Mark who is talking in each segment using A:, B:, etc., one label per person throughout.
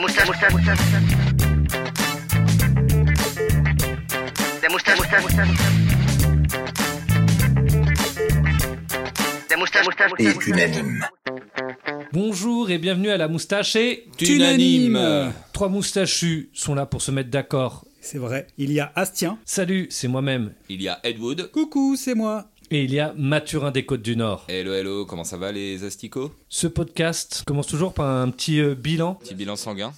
A: moustache, moustache, moustache. Des moustaches, moustaches, moustaches. Des moustaches, moustaches,
B: et
A: moustaches.
B: unanime.
C: Bonjour et bienvenue à la moustache et
D: Tunanime.
C: Tunanime. Trois moustachus sont là pour se mettre d'accord.
E: C'est vrai, il y a Astien.
C: Salut, c'est moi-même.
D: Il y a Ed Wood.
E: Coucou, c'est moi.
C: Et il y a Mathurin des Côtes du Nord.
D: Hello, hello, comment ça va les asticots
C: Ce podcast commence toujours par un petit euh, bilan.
D: Petit bilan sanguin.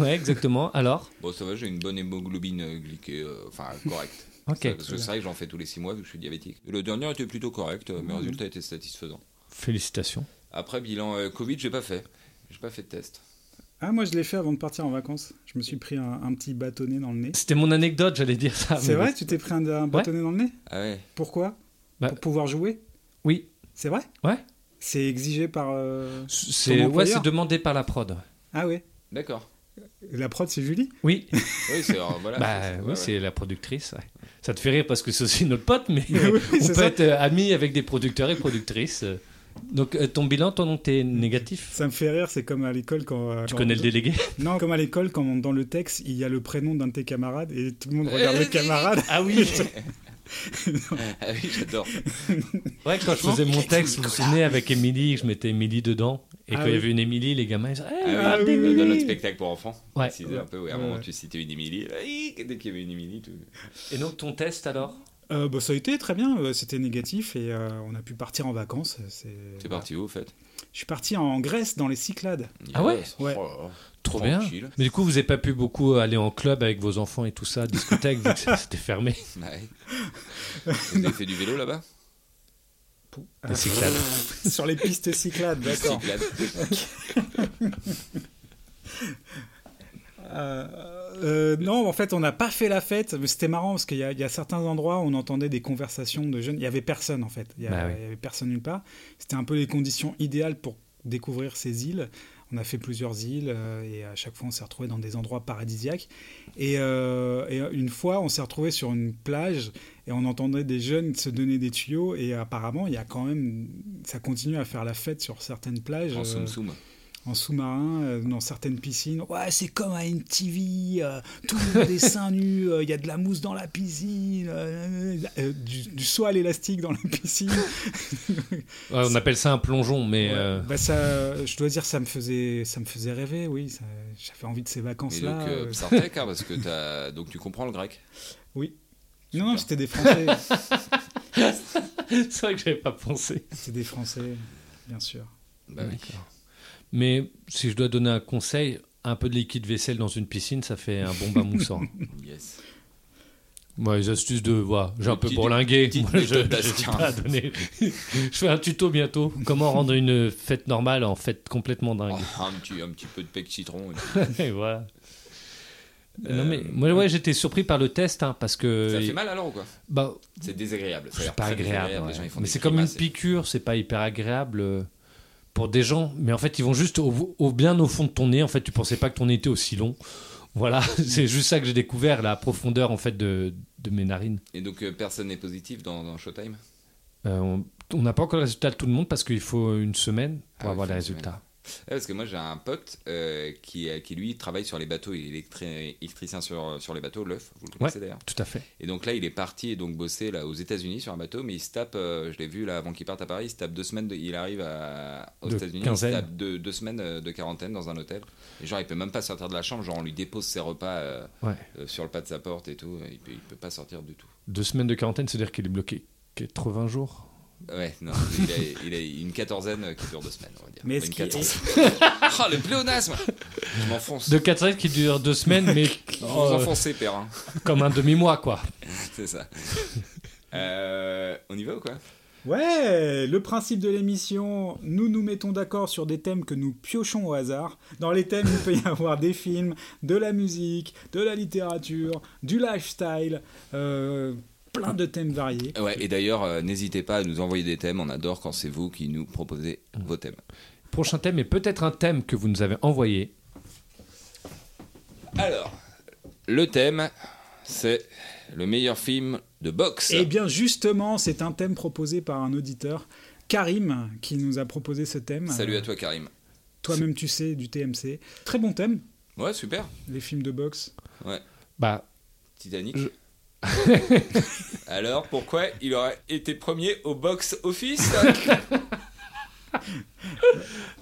C: Ouais, exactement. Alors
D: Bon, ça va, j'ai une bonne hémoglobine euh, glycée, euh, enfin correcte.
C: Ok.
D: Ça, Parce que c'est vrai que j'en fais tous les 6 mois vu que je suis diabétique. Le dernier était plutôt correct, euh, mais le résultat était satisfaisant.
C: Félicitations.
D: Après, bilan euh, Covid, j'ai pas fait. J'ai pas fait de test.
E: Ah, moi je l'ai fait avant de partir en vacances. Je me suis pris un, un petit bâtonnet dans le nez.
C: C'était mon anecdote, j'allais dire ça. Ah, mais
E: c'est
C: bon.
E: vrai, tu t'es pris un, un bâtonnet dans le nez
D: Ah ouais
E: Pourquoi
C: Bah-
E: Pour pouvoir jouer
C: Oui.
E: C'est vrai
C: Ouais.
E: C'est exigé par. euh,
C: C'est
E: Ton
C: ouais,
E: employeur
C: c'est demandé par la prod.
E: Ah ouais
D: D'accord.
E: La prod, c'est Julie
C: Oui,
D: Oui, c'est. euh, voilà.
C: bah
D: c'est-
C: oui,
D: ouais, ouais.
C: c'est la productrice. ouais. Ça te fait rire parce que c'est aussi notre pote, mais
E: Oui, oui,
C: on
E: c'est
C: peut
E: ça.
C: être euh, amis avec des producteurs et productrices. euh. Donc euh, ton bilan, ton nom, t'es négatif.
E: Ça me fait rire, c'est comme à l'école quand. euh,
C: Tu
E: quand-
C: connais le délégué
E: Non, comme à l'école quand dans le texte il y a le prénom d'un de tes camarades et tout le
C: Eh,
E: monde regarde le camarade.
C: Ah oui
D: Ah oui, j'adore.
C: Ouais, quand je faisais mon texte, vous vous souvenez, avec Émilie, je mettais Émilie dedans. Et
E: Ah
C: quand il y
E: oui.
C: avait une Émilie, les gamins, ils disaient Eh,
D: Ah
C: regarde
D: oui,
C: Émilie
D: dans notre spectacle pour enfants.
C: Ouais.
D: on disait un peu, ouais, à un
E: Ouais,
D: moment
E: ouais.
D: tu citais une Émilie. Ah, hic, Dès qu'il y avait une Émilie, tout.
C: Et donc ton test alors
E: Euh, bah, ça a été très bien, euh, c'était négatif et euh, on a pu partir en vacances. euh, C'est
D: T'es parti où, en fait
E: Je suis parti en Grèce dans les Cyclades.
C: Ah ouais
D: Yes.
E: Ouais.
D: Oh là là.
C: Trop
D: Tranquille.
C: bien. Mais du coup, vous n'avez pas pu beaucoup aller en club avec vos enfants et tout ça, discothèque, vu que c'était fermé.
D: Ouais. Vous avez fait du vélo là-bas
C: Les Cyclades.
E: Ah. Sur les pistes cyclades, d'accord.
D: Cyclade.
E: Euh, euh, non, en fait, on n'a pas fait la fête, mais c'était marrant parce qu'il y, a- il y a certains endroits où on entendait des conversations de jeunes. Il y avait personne en fait. Il y, a-
C: Bah oui.
E: il y avait personne nulle part. C'était un peu les conditions idéales pour découvrir ces îles. On a fait plusieurs îles euh, et à chaque fois on s'est retrouvé dans des endroits paradisiaques. Et, euh, et une fois, on s'est retrouvé sur une plage et on entendait des jeunes se donner des tuyaux. Et apparemment, il y a quand même, ça continue à faire la fête sur certaines plages.
D: En
E: euh,
D: soum soum.
E: en sous-marin, euh, dans certaines piscines. Ouais, c'est comme à MTV, euh, tout le monde est seins nus, euh, il y a de la mousse dans la piscine, euh, euh, du, du saut à l'élastique dans la piscine.
C: Ouais, on appelle ça un plongeon, mais.
E: Ouais.
C: euh,
E: Bah, ça, euh, je dois dire, ça me faisait, ça me faisait rêver, oui. ça- J'avais envie de ces
D: Et
E: vacances-là.
D: donc, euh,
E: euh.
D: Psartek, hein, parce que t'as- donc tu comprends le grec.
E: non, non, c'était des Français.
C: C'est vrai que j'avais pas pensé.
E: c'était des Français, bien sûr.
D: Bah oui.
C: Mais si je dois donner un conseil, un peu de liquide vaisselle dans une piscine, ça fait un bon bain moussant.
D: Yes.
C: Moi, les astuces de. voilà, j'ai un peu
D: Petite-
C: bourlingué.
D: petite
C: Moi, je,
D: méthode
C: je sais
D: d'Astien.
C: pas donner. je fais un tuto bientôt. Comment rendre une fête normale en fête complètement
D: Oh,
C: dingue.
D: un, petit, un petit peu de pec citron. et puis-
C: Et voilà.
D: Euh,
C: non, mais moi, ouais, j'étais surpris par le test hein, parce que.
D: Ça fait mal alors ou quoi
C: Bah,
D: C'est désagréable. Ça a
C: C'est
D: l'air
C: pas
D: très
C: agréable.
D: désagréable, les
C: ouais.
D: gens, ils font
C: Mais
D: des
C: c'est comme une
D: grimaces et-
C: piqûre, c'est pas hyper agréable euh, pour des gens. Mais en fait, ils vont juste au, au- bien au fond de ton nez. En fait, tu pensais pas que ton nez était aussi long. Voilà, c'est juste ça que j'ai découvert, la profondeur en fait de, de mes narines.
D: Et donc euh, personne n'est positif dans, dans Showtime
C: Euh, on- on n'a pas encore le résultat de tout le monde parce qu'il faut une semaine pour
D: Ah oui,
C: avoir
D: faut
C: les
D: une
C: résultats.
D: Ouais, Parce que moi j'ai un pote euh, qui, euh, qui lui travaille sur les bateaux, il est électri- électricien sur, sur les bateaux, l'œuf, vous le connaissez d'ailleurs.
C: Tout à fait.
D: Et donc là, il est parti et donc bosser là aux États-Unis sur un bateau, mais il se tape, euh, je l'ai vu là avant qu'il parte à Paris, il se tape deux semaines, de- il arrive à, aux
C: De
D: États-Unis, il se
C: quinzaine.
D: tape deux, deux semaines euh, de quarantaine dans un hôtel. Et genre, il peut même pas sortir de la chambre, genre on lui dépose ses repas euh,
C: Ouais.
D: euh, sur le pas de sa porte et tout, il peut, il peut pas sortir du tout.
C: Deux semaines de quarantaine, c'est-à-dire qu'il est bloqué 80 jours.
D: Ouais, non, il a, il a une quatorzaine euh, qui dure deux semaines, on va dire.
E: Mais
D: Pas
E: ce
D: une
E: qui est-
D: quatorzaine. oh, le pléonasme Je m'enfonce.
C: De 4 qui dure deux semaines, mais
D: Je
E: Oh,
D: vous
C: euh,
D: enfoncez, père. hein.
C: comme un demi-mois, quoi.
D: C'est ça. Euh, on y va ou quoi
E: Ouais, le principe de l'émission, nous nous mettons d'accord sur des thèmes que nous piochons au hasard. Dans les thèmes, il peut y avoir des films, de la musique, de la littérature, du lifestyle, euh, plein de thèmes variés.
D: Ouais, et d'ailleurs, euh, n'hésitez pas à nous envoyer des thèmes. On adore quand c'est vous qui nous proposez vos thèmes.
C: Prochain thème est peut-être un thème que vous nous avez envoyé.
D: Alors, le thème, c'est le meilleur film de boxe.
E: Et Eh bien justement, c'est un thème proposé par un auditeur, Karim, qui nous a proposé ce thème.
D: Salut à toi, Karim.
E: Toi-même, tu sais, du TMC. Très bon thème.
D: Ouais, super.
E: Les films de boxe.
C: Bah,
D: Titanic.
C: Je-
D: Alors, pourquoi il aurait été premier au box-office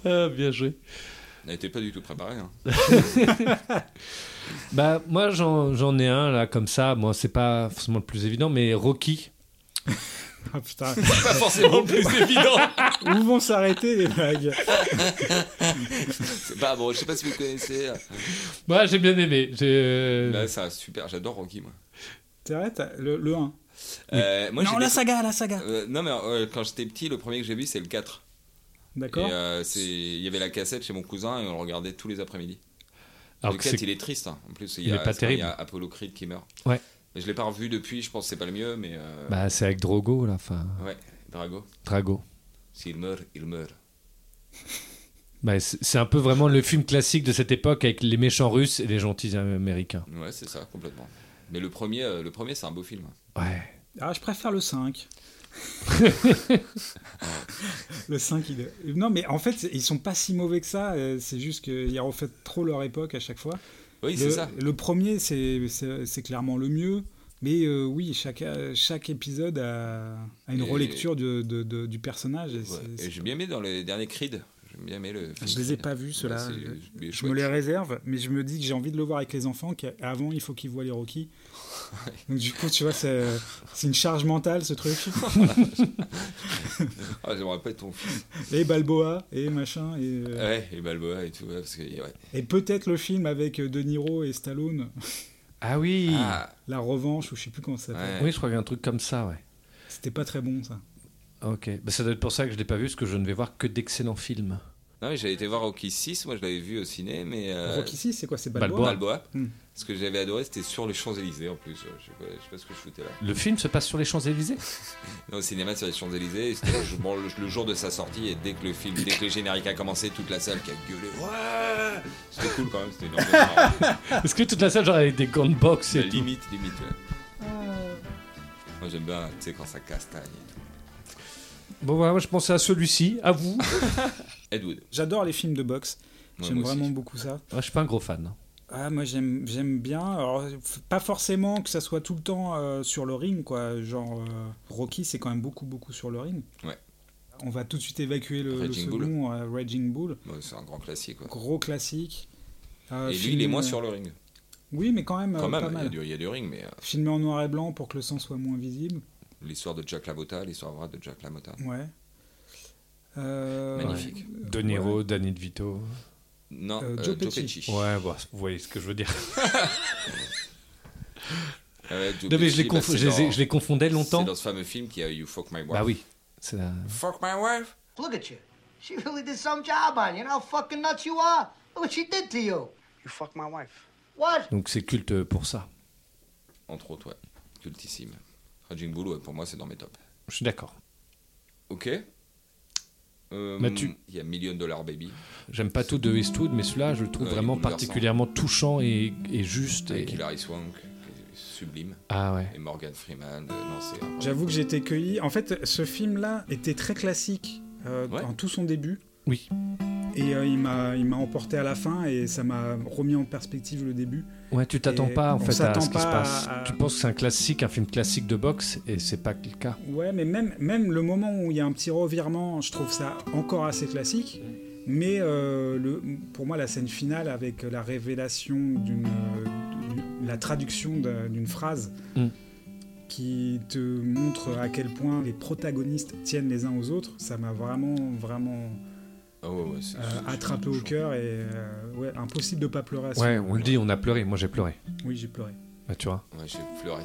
C: euh, bien joué.
D: On n'était pas du tout préparé. hein.
C: Bah, moi, j'en j'en ai un, là, comme ça. Moi, c'est pas forcément le plus évident, mais Rocky.
E: Ah putain,
D: Pas forcément le plus évident.
E: où vont s'arrêter les blagues
D: C'est pas bon, je sais pas si vous connaissez.
C: Moi, j'ai bien aimé. J'ai- euh,
D: Là, ça, super, j'adore Rocky, moi.
E: T'arrêtes le, le 1.
D: Euh, moi j'ai
E: non, la
D: découvert-
E: saga, la saga.
D: Euh, non, mais euh, quand j'étais petit, le premier que j'ai vu, c'est le 4. Et,
E: D'accord
D: euh, c'est- il y avait la cassette chez mon cousin et on le regardait tous les après-midi.
C: Alors
D: Le
C: que
D: 4,
C: c'est-
D: il est triste. hein. En plus, il,
C: Il
D: y a,
C: est pas
D: c'est vrai,
C: terrible.
D: il y a Apollo Creed qui meurt.
C: Ouais.
D: Mais je l'ai pas revu depuis, je pense que c'est pas le mieux, mais. euh,
C: Bah, c'est avec Drogo, là. Enfin,
D: Ouais, Drago.
C: Drago.
D: S'il meurt, il meurt.
C: Bah, c'est c'est un peu vraiment le film classique de cette époque avec les méchants russes et les gentils américains.
D: Ouais, c'est ça, complètement. Mais le premier, euh, le premier c'est un beau film.
C: Ouais.
E: Ah, je préfère le 5. le 5, il est- Non, mais en fait, c'est- ils sont pas si mauvais que ça. euh, C'est juste qu'ils reflètent trop leur époque à chaque fois.
D: Oui,
E: le,
D: c'est ça.
E: le premier, c'est- c'est c'est clairement le mieux. Mais euh, oui, chaque, chaque épisode a, a une
D: Et-
E: relecture de- de- de- du personnage. et
D: Ouais.
E: c'est-
D: Et
E: c'est-
D: J'ai bien aimé dans les derniers Creed. J'ai bien aimé le.
E: Je les ai pas vus, ceux-là.
D: Ouais, Bah, c'est-
E: Je-
D: il est
E: Je
D: chouette.
E: me les réserve, mais je me dis que j'ai envie de le voir avec les enfants, qu'avant il faut qu'ils voient les Rocky. Donc du coup, tu vois, c'est c'est une charge mentale ce truc.
D: Ah, j'aimerais pas être ton fils.
E: Et Balboa, et machin, et, euh,
D: Ouais, et Balboa et tout. ouais, parce que, ouais.
E: et peut-être le film avec euh, De Niro et Stallone,
C: Ah oui
E: Hmm.
D: Ah,
E: La Revanche, ou je sais plus comment ça s'appelle.
D: ouais.
C: Oui, je crois qu'il y a un truc comme ça, ouais.
E: C'était pas très bon ça.
C: Ok. Bah, ça doit être pour ça que je l'ai pas vu, parce que je ne vais voir que d'excellents films.
D: Non, mais j'avais été voir Rocky 6, moi je l'avais vu au ciné, mais. euh,
E: Rocky 6, c'est quoi C'est
D: Balboa.
E: Balboa, Hmm.
D: Ce que j'avais adoré, c'était sur les Champs-Élysées en plus. Je sais, pas, je sais pas ce que je foutais là.
C: Le film se passe sur les Champs-Élysées
D: Non, au cinéma sur les Champs-Élysées, c'était le, jour- bon, le- le jour de sa sortie et dès que le film, dès que le générique a commencé, toute la salle qui a gueulé. Ouais C'était cool quand même, c'était une ambiance marrante.
C: Est-ce que toute la salle, genre, avec des gants de boxe
D: C'est
C: et tout
D: limite, limite. ouais. Moi j'aime bien, tu sais, quand ça castagne et tout.
C: Bon, voilà, moi, je pensais à celui-ci, à vous.
D: Ed Wood.
E: J'adore les films de boxe.
D: Ouais,
E: J'aime
D: moi aussi.
E: vraiment beaucoup ça.
C: Ah, je suis pas un gros fan.
E: Ah, moi j'aime j'aime bien. Alors, f- pas forcément que ça soit tout le temps euh, sur le ring, quoi. Genre, euh, Rocky, c'est quand même beaucoup, beaucoup sur le ring.
D: Ouais.
E: On va tout de suite évacuer le, le
D: Raging Bull.
E: second, euh, Raging Bull.
D: Bon, c'est un grand classique. Quoi.
E: Gros classique. Euh,
D: Et lui,
E: film-
D: il est moins sur le ring.
E: Oui, mais quand même, euh,
D: Quand
E: pas
D: même, il y, a
E: mal.
D: du, il y a du ring, mais euh,
E: Filmé en noir et blanc pour que le sang soit moins visible.
D: l'histoire de Jack Lamotta, l'histoire vraie de Jack Lamotta.
E: Ouais. Euh,
D: Magnifique.
C: De Niro, Danny DeVito.
D: Non,
E: Euh,
D: euh,
E: Joe
D: Joe
E: Pesci.
D: Pesci.
C: Ouais, bah, vous voyez ce que je veux dire.
D: Ouais, Joe
C: Non, mais
D: Pesci,
C: je les,
D: bah,
C: conf-
D: c'est
C: je les ai-
D: dans-
C: je les confondais longtemps.
D: C'est dans ce fameux film qui a You Fuck My Wife.
C: Bah oui. C'est la-
D: Fuck My Wife
A: Look at you. She really did some job on you. And how fucking nuts you are. Look what she did to you.
B: You fucked my wife.
A: What?
C: Donc c'est culte pour ça.
D: Entre autres, ouais. Cultissime. Raging Bull, ouais, pour moi, c'est dans mes tops.
C: Je suis d'accord.
D: Ok. Euh,
C: Mathieu.
D: Il y a Million Dollar Baby,
C: J'aime pas tout de Eastwood, mais celui-là, je le trouve
D: Ouais, il est
C: vraiment
D: bouleversant.
C: particulièrement touchant et, et juste.
D: avec
C: et-
D: Hilary Swank, qui est sublime,
C: Ah ouais.
D: et Morgan Freeman. euh, non, c'est incroyable.
E: J'avoue que j'ai été cueilli. En fait, ce film-là était très classique euh,
D: Ouais.
E: en tout son début.
C: Oui.
E: Et euh, il m'a il m'a emporté à la fin et ça m'a remis en perspective le début.
C: Ouais, tu t'attends
E: Et
C: pas en
E: on
C: fait à
E: s'attend
C: ce qui se
E: pas
C: passe.
E: à-
C: Tu penses que c'est un classique, un film classique de boxe, et c'est pas le cas.
E: Ouais, mais même, même le moment où il y a un petit revirement, je trouve ça encore assez classique. Mais euh, le, pour moi, la scène finale avec la révélation d'une. euh, d'une- la traduction d'un- d'une phrase
C: Mm.
E: qui te montre à quel point les protagonistes tiennent les uns aux autres, ça m'a vraiment, vraiment
D: Ah ouais, ouais, c'est-
E: euh,
D: c'est-
E: attrapé
D: c'est-
E: au cœur et euh, ouais, impossible de pas pleurer à ce
C: Ouais,
E: moment.
C: on le dit, on a pleuré. Moi j'ai pleuré.
E: Oui, j'ai pleuré.
C: Bah, tu vois,
D: Ouais, j'ai pleuré.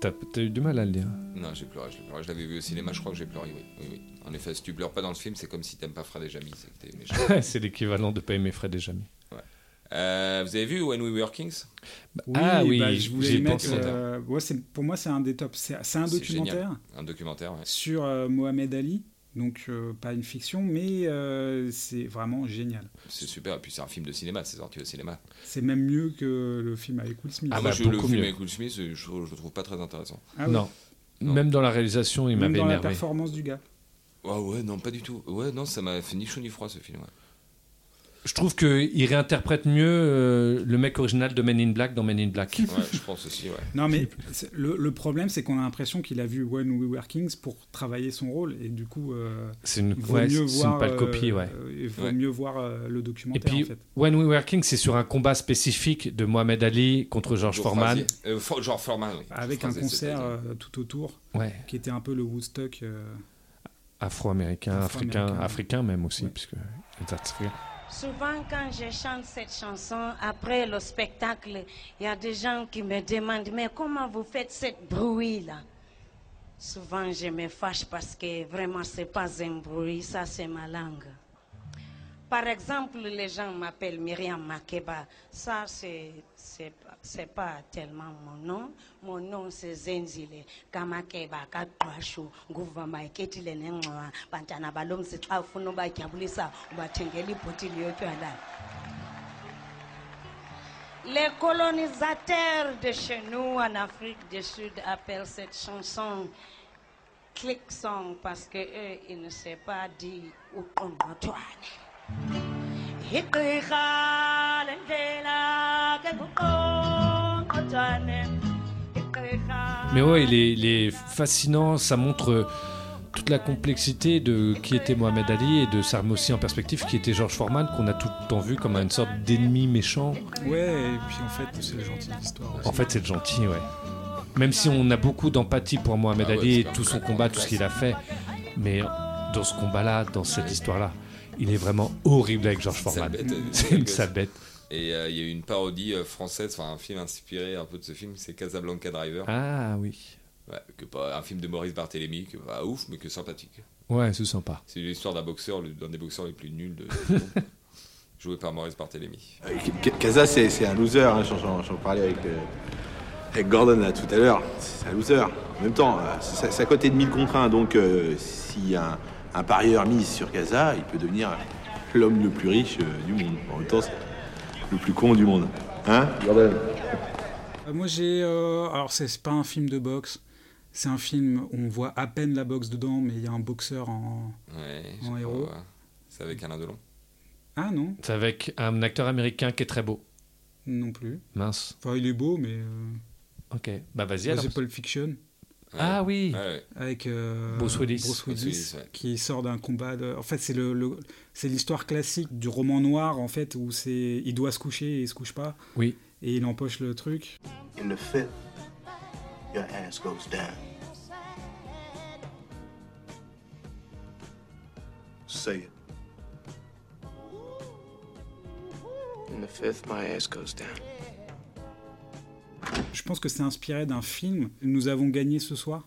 C: t'as as eu du mal à le dire.
D: Non, j'ai pleuré, j'ai pleuré. Je l'avais vu au cinéma, je crois que j'ai pleuré, oui. oui, oui. En effet, si tu pleures pas dans le film, c'est comme si t'aimes pas Fred et Jamie. c'est que t'es méchant.
C: c'est l'équivalent de pas aimer Fred et Jamie.
D: Euh, vous avez vu When We Were Kings
C: Ah oui,
E: bah, je voulais
C: j'y ai
E: y mettre.
D: pensé.
E: euh, ouais, c'est- pour moi, c'est un des tops. C'est c'est un
D: C'est
E: documentaire.
D: Un documentaire, ouais.
E: sur euh, Mohamed Ali. Donc, euh, pas une fiction, mais euh, c'est vraiment génial.
D: C'est super. Et puis c'est un film de cinéma, c'est sorti au cinéma.
E: C'est même mieux que le film avec Will Smith.
C: Ah bah,
D: Moi, je le
C: beaucoup
D: film
C: mieux.
D: avec Will Smith, je, je le trouve pas très intéressant.
E: Ah ouais.
C: non.
D: Non.
C: Même dans la réalisation, il
E: Même
C: m'avait
E: dans la
C: énervé.
E: performance du gars.
D: Ah ouais, non, pas du tout. Ouais, non, ça m'a fait ni chaud ni froid ce film. ouais.
C: je trouve qu'il réinterprète mieux euh, le mec original de Men in Black dans Men in Black.
D: Ouais, je pense aussi, ouais.
E: Non, mais c'est- le, le problème, c'est qu'on a l'impression qu'il a vu When We Were Kings pour travailler son rôle, et du coup, euh,
C: C'est une,
E: vaut
C: ouais,
E: mieux
C: c'est- c'est
E: voir.
C: une pâle
E: euh,
C: copie, ouais.
E: euh, il vaut
D: Ouais.
E: mieux voir euh, le documentaire,
C: puis,
E: en fait.
C: When We Were King, c'est sur un combat spécifique de Mohamed Ali contre George
D: George
C: Foreman.
D: Euh, George Foreman, oui.
E: Avec un
D: Phrasé,
E: concert
D: c'est-à-dire.
E: euh, tout autour,
C: Ouais,
E: qui était un peu le Woodstock. euh,
C: afro-américain,
E: Afro-américain.
C: africain, africain même aussi,
E: Ouais.
C: puisque les Africains.
B: Souvent, quand je chante cette chanson, après le spectacle, il y a des gens qui me demandent Mais comment vous faites cette bruit-là Souvent, je me fâche parce que vraiment, c'est pas un bruit, ça, c'est ma langue. Par exemple, les gens m'appellent Myriam Makeba. Ça, c'est c'est pas- c'est pas tellement mon nom. Mon nom, c'est Zenzile. Kamakeba, Kakwashu, Nguva Maiketile Nengwa, Pantana Balom, c'est Afunoba Kiabulisa, Batengeli Potilio Piala. Les colonisateurs de chez nous en Afrique du Sud appellent cette chanson click song parce que eux, ils ne savent pas dire Ukonotwane. Igqirha lendlela ke kuqongqothwane. Igqirha-
C: Mais ouais, il est, il est fascinant, ça montre euh, toute la complexité de qui était Mohamed Ali et de ça remet aussi en perspective qui était George Foreman, qu'on a tout le temps vu comme une sorte d'ennemi méchant.
E: Ouais, et puis en fait, c'est le gentil de l'histoire. aussi.
C: En fait, c'est le gentil, ouais. Même si on a beaucoup d'empathie pour Mohamed
D: Ah ouais,
C: Ali et
D: c'est
C: tout son
D: clair.
C: combat, tout ce qu'il a fait, mais dans ce combat-là, dans cette histoire-là, il est vraiment horrible avec George
D: C'est une
C: Foreman.
D: sale bête. euh,
C: C'est une sale bête.
D: Et euh, il y a eu une parodie euh, française, enfin un film inspiré un peu de ce film, c'est Casablanca Driver.
C: Ah oui.
D: Ouais, que pas, un film de Maurice Barthélémy, que pas ouf, mais que sympathique.
C: Ouais, c'est sympa.
D: C'est l'histoire d'un boxeur, le- l'un des boxeurs les plus nuls de du monde, joué par Maurice Barthélémy.
F: Casa, c'est c'est un loser. hein. J'en- J'en j'en parlais avec, euh, avec Gordon là, tout à l'heure. C'est un loser. En même temps, euh, ça, ça cote est de 1000 contre 1. Donc, euh, si un, un parieur mise sur Casa, il peut devenir l'homme le plus riche euh, du monde. En même temps, c'est le plus con du monde. Hein Gordon
E: Euh, Moi, j'ai. euh, alors, c'est c'est pas un film de boxe. C'est un film où on voit à peine la boxe dedans, mais il y a un boxeur en.
D: Ouais,
E: En héros.
D: ouais. C'est avec Alain Delon.
E: Ah non,
C: C'est avec un acteur américain qui est très beau.
E: non plus.
C: Mince.
E: Enfin, il est beau, mais. euh,
C: Ok. Bah vas-y alors.
E: C'est Pulp Fiction.
D: Ouais.
C: Ah oui.
D: Ouais, ouais.
E: avec euh,
C: Bruce Willis.
D: Bruce Willis, ouais.
E: qui sort d'un combat. de- En fait, c'est le, le- c'est l'histoire classique du roman noir en fait où c'est il doit se coucher et il se couche pas
C: Oui.
E: et il empoche le truc.
G: In the fifth, your ass goes down. Say it.
H: In the fifth, my ass goes down.
E: Je pense que c'est inspiré d'un film. Nous avons gagné ce soir.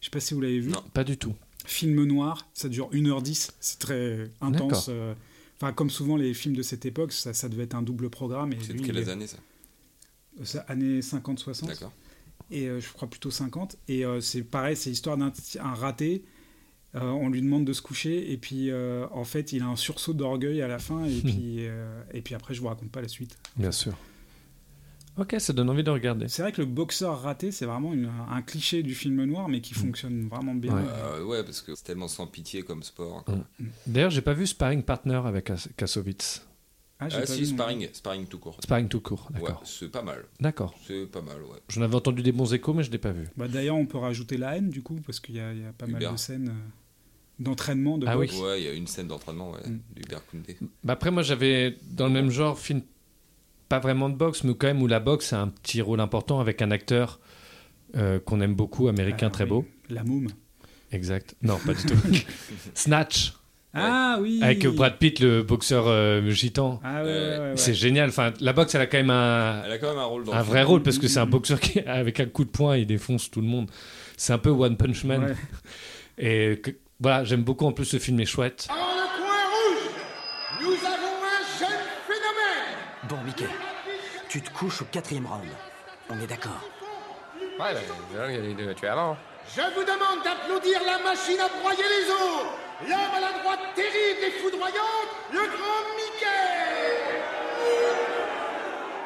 E: Je sais pas si vous l'avez vu.
D: Non.
C: Pas du tout.
E: Film noir, ça dure 1h10, c'est très intense.
C: D'accord.
E: euh, Enfin, comme souvent les films de cette époque, ça, ça devait être un double programme. et
D: C'est
E: lui,
D: de
E: il
D: quelles
E: est-
D: années ça
E: c'est années 50-60.
D: D'accord.
E: et euh, je crois plutôt 50. Et euh, c'est pareil, c'est l'histoire d'un t- un raté. Euh, on lui demande de se coucher et puis euh, en fait il a un sursaut d'orgueil à la fin
C: Hmm.
E: et puis euh, et puis après je vous raconte pas la suite.
C: Bien sûr. Ok, ça donne envie de regarder.
E: C'est vrai que le boxeur raté c'est vraiment une- un cliché du film noir mais qui fonctionne vraiment bien.
C: Hmm. Ouais.
D: Euh, ouais, parce que c'est tellement sans pitié comme sport.
C: Mm. D'ailleurs, j'ai pas vu Sparring Partner avec Kas- Kassovitz.
E: Ah, j'ai
D: Ah
E: pas
D: si,
E: vu non.
D: sparring, sparring tout court.
C: Sparring tout court,
D: Ouais,
C: d'accord.
D: c'est pas mal.
C: D'accord.
D: C'est pas mal, ouais.
C: J'en avais entendu des bons échos, mais je l'ai pas vu.
E: Bah, d'ailleurs on peut rajouter la haine du coup parce qu'il y, a il y a pas mal
D: Hubert.
E: de scènes euh, d'entraînement de
C: Ah oui.
E: boxe.
D: Ouais, il y a une scène d'entraînement ouais,
E: Mm.
D: d'Hubert Koundé.
C: Bah après, moi, j'avais dans le même genre film, pas vraiment de boxe, mais quand même où la boxe a un petit rôle important avec un acteur euh, qu'on aime beaucoup, américain,
E: Ah,
C: très
E: oui.
C: beau.
E: La môme.
C: Exact. Non, pas du tout. Snatch
E: Ah oui.
C: avec euh, Brad Pitt, le boxeur euh, gitan.
E: Ah ouais,
D: Euh,
E: ouais, ouais, ouais.
C: C'est génial. Enfin, la boxe, elle a quand même un,
D: Elle a quand même un rôle dans
C: un
D: le
C: vrai
D: film.
C: rôle parce que c'est un boxeur qui, avec un coup de poing, il défonce tout le monde. C'est un peu One Punch Man.
E: Ouais.
C: Et que- voilà, j'aime beaucoup. En plus, ce film est chouette.
I: Ah,
J: Dans le coin rouge,
C: euh,
J: nous avons un jeune phénomène.
I: Bon, Mickey, tu te couches au quatrième round. On est d'accord.
H: Ouais, mais tu tuer avant.
J: Je vous demande d'applaudir la machine à broyer les os. L'homme à la droite terrible et foudroyante, le grand Mickey.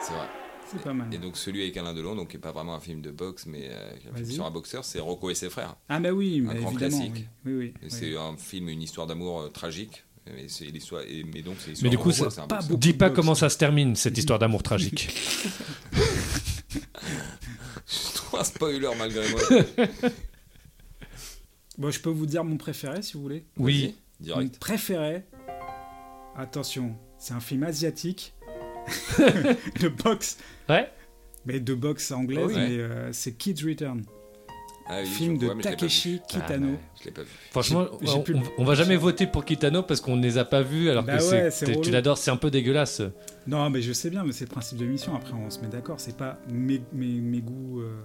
D: C'est vrai.
E: C'est pas mal.
D: Et donc celui avec Alain Delon, donc qui est pas vraiment un film de boxe, mais euh, qui est un film
E: Vas-y.
D: sur un boxeur, c'est Rocco et ses frères.
E: Ah bah oui,
D: Un
E: mais
D: grand
E: évidemment.
D: classique.
E: Oui, oui.
D: Et
E: oui.
D: C'est un film, une histoire d'amour euh, tragique.
I: Mais, c'est l'histoire- et- mais donc, c'est
C: Mais
I: l'histoire
C: du
I: en
C: coup,
I: gros,
C: ça-
I: c'est un
C: pas
I: boxeur.
C: beaucoup dis pas comment ça se termine cette histoire d'amour tragique.
I: Je trouve un spoiler malgré moi.
E: Bon, je peux vous dire mon préféré si vous voulez.
C: Oui.
E: Mon
I: Direct.
E: préféré. Attention, c'est un film asiatique de boxe,
C: Ouais.
E: mais de boxe anglaise,
I: Oh oui.
E: mais euh, c'est Kids Return,
I: Ah oui,
E: film
I: je
E: de
I: vois, mais je l'ai pas vu.
E: Takeshi Kitano.
I: Ah, Je l'ai pas vu.
C: Franchement,
E: J'ai- j'ai
C: on,
E: pu le-
C: on va jamais voter pour Kitano parce qu'on ne les a pas vus alors
E: Bah
C: que
E: ouais,
C: c'est-
E: c'est
C: t'es- tu
E: relou.
C: l'adores, c'est un peu dégueulasse.
E: Non, mais je sais bien, mais c'est le principe de l'émission. Après, on se met d'accord. C'est pas mes, mes, mes goûts. euh,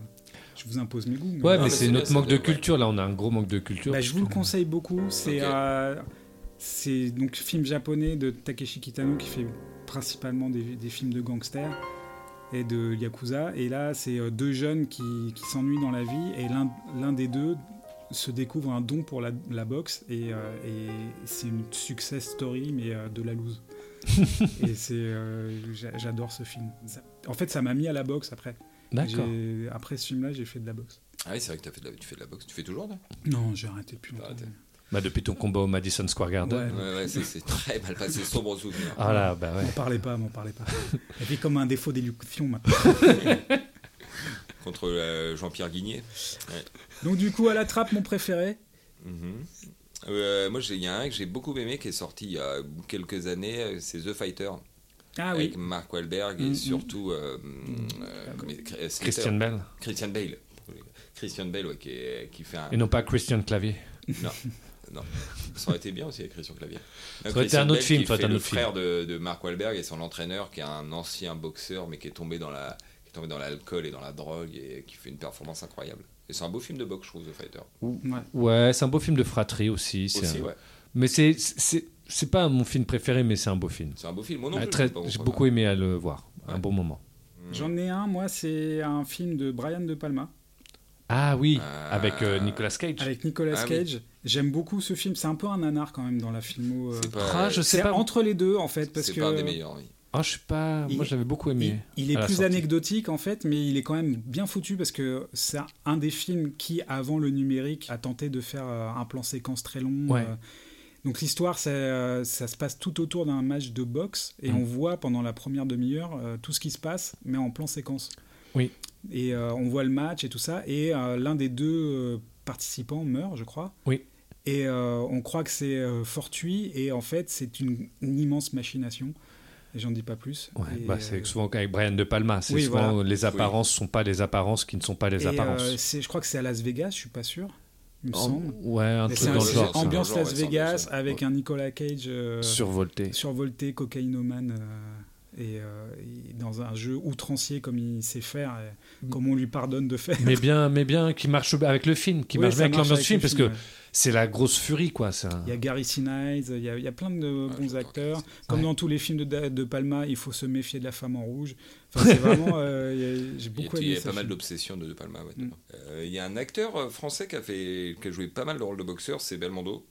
E: je vous impose mes goûts.
C: Ouais,
I: Non,
C: mais
I: mais
C: c'est
I: c'est bien,
C: notre
I: ça
C: manque de
I: devrait.
C: culture là, on a un gros manque de culture.
E: Bah, je vous le conseille beaucoup. C'est
I: Ok.
E: euh, c'est donc film japonais de Takeshi Kitano qui fait principalement des, des films de gangsters et de yakuza. Et là, c'est euh, deux jeunes qui, qui s'ennuient dans la vie et l'un- l'un des deux se découvre un don pour la, la boxe et, euh, et c'est une success story mais euh, de la loose. et c'est euh, j'a- j'adore ce film. Ça- en fait, ça m'a mis à la boxe après.
C: D'accord.
E: J'ai- Après ce film-là, j'ai fait de la boxe.
I: Ah oui, c'est vrai que t'as fait de la- tu fais de la boxe. Tu fais toujours, là
E: Non, j'ai arrêté depuis longtemps.
I: arrêté.
C: Bah, depuis ton combat au Madison Square Garden.
E: Ouais.
I: Ouais, ouais, c'est- c'est très mal passé. Sombre souvenir.
C: Ah là, bah ouais.
E: M'en parlez pas, m'en parlez pas. Et puis comme un défaut d'éluction maintenant.
I: Contre euh, Jean-Pierre Guigné.
E: Donc du coup, à la trappe, mon préféré.
I: Mhm. Euh, moi, j'ai- il y a un que j'ai beaucoup aimé qui est sorti il y a quelques années, euh, c'est The Fighter
E: Ah oui.
I: avec Mark Wahlberg et
E: Mhm.
I: surtout euh, euh, comment il- Cr- Slater.
C: Christian Bell.
I: Christian Bale. Christian Bale, ouais, qui, est- qui fait un.
C: Et non pas Christian Clavier.
I: Non. non. Ça aurait été bien aussi avec Christian Clavier.
C: Ça aurait été un autre film,
I: qui
C: toi,
I: fait
C: t'as un
I: le
C: autre film.
I: frère de, de Mark Wahlberg et son entraîneur, qui est un ancien boxeur, mais qui est tombé dans la qui est tombé dans l'alcool et dans la drogue et qui fait une performance incroyable. Et c'est un beau film de boxe, je trouve, The Fighter.
E: Ouais.
C: Ouais, c'est un beau film de fratrie aussi. c'est
I: Aussi,
C: un-
I: ouais.
C: Mais c'est- c'est c'est pas mon film préféré, mais c'est un beau film.
I: C'est un beau film. Moi non
C: Ah,
I: plus,
C: très-
I: je sais pas
C: J'ai
I: pourquoi.
C: beaucoup aimé à le voir. Un
I: Ouais.
C: bon moment.
E: J'en ai un, moi, c'est un film de Brian De Palma
C: Ah oui,
I: Ah.
C: avec euh, Nicolas Cage.
E: avec Nicolas
I: Ah oui.
E: Cage. J'aime beaucoup ce film. C'est un peu un nanar quand même dans la filmo. euh.
I: C'est
C: Ah,
I: pas,
C: je sais
E: C'est
C: pas.
E: entre les deux en fait parce
I: c'est
E: que
I: pas un des meilleurs. oui.
C: Ah, je sais pas. Moi,
E: Il-
C: j'avais beaucoup
E: il,
C: aimé.
E: il
C: à
E: est
C: la
E: plus
C: sortie.
E: anecdotique en fait, mais il est quand même bien foutu parce que c'est un des films qui, avant le numérique, a tenté de faire euh, un plan séquence très long.
C: Ouais.
E: euh, donc l'histoire, ça, euh, ça se passe tout autour d'un match de boxe et
C: Mm.
E: on voit pendant la première demi-heure euh, tout ce qui se passe, mais en plan séquence.
C: Oui.
E: Et euh, on voit le match et tout ça, et euh, l'un des deux euh, participants meurt, je crois.
C: Oui.
E: Et euh, on croit que c'est euh, fortuit, et en fait c'est une, une immense machination. Et j'en dis pas plus.
C: Ouais,
E: Et,
C: bah, c'est
E: euh,
C: souvent avec Brian De Palma. C'est
E: oui,
C: souvent
E: voilà.
C: les apparences sont pas les apparences qui ne sont pas les
E: Et,
C: apparences.
E: euh, c'est- je crois que c'est à Las Vegas, je suis pas sûr. Il me
C: En-
E: semble.
C: ouais, un
E: Mais
C: truc dans
E: C'est un
C: le
E: c'est
C: genre.
I: c'est un
E: ambiance
I: genre,
E: Las
I: ouais, c'est un
E: Vegas
I: ambiance, ouais.
E: avec un Nicolas Cage euh,
C: ça. Survolté.
E: survolté, cocaïnomane euh, et, euh, et dans un jeu outrancier comme il sait faire, et comme on lui pardonne de faire.
C: Mais bien, mais bien, qui marche avec le film, qui
E: Oui,
C: marche
E: ça
C: bien avec l'ambiance du film,
E: le
C: parce que
E: ouais.
C: c'est la grosse furie, quoi. c'est un-
E: Il y a Gary Sinise, il y a, il y a plein de
I: Ouais,
E: bons
I: j'adore
E: acteurs.
I: Gary
E: Comme
C: Ouais.
E: dans tous les films de, Da- de Palma, il faut se méfier de la femme en rouge. Enfin, c'est vraiment. euh, il y a- J'ai
I: Il y a,
E: beaucoup
I: il y
E: aimé
I: a
E: ce
I: pas mal
E: film.
I: d'obsessions de De Palma. ouais,
E: Mm.
I: dedans. Euh, il y a un acteur euh, français qui a, fait, qui a joué pas mal le rôle de boxeur, c'est Belmondo.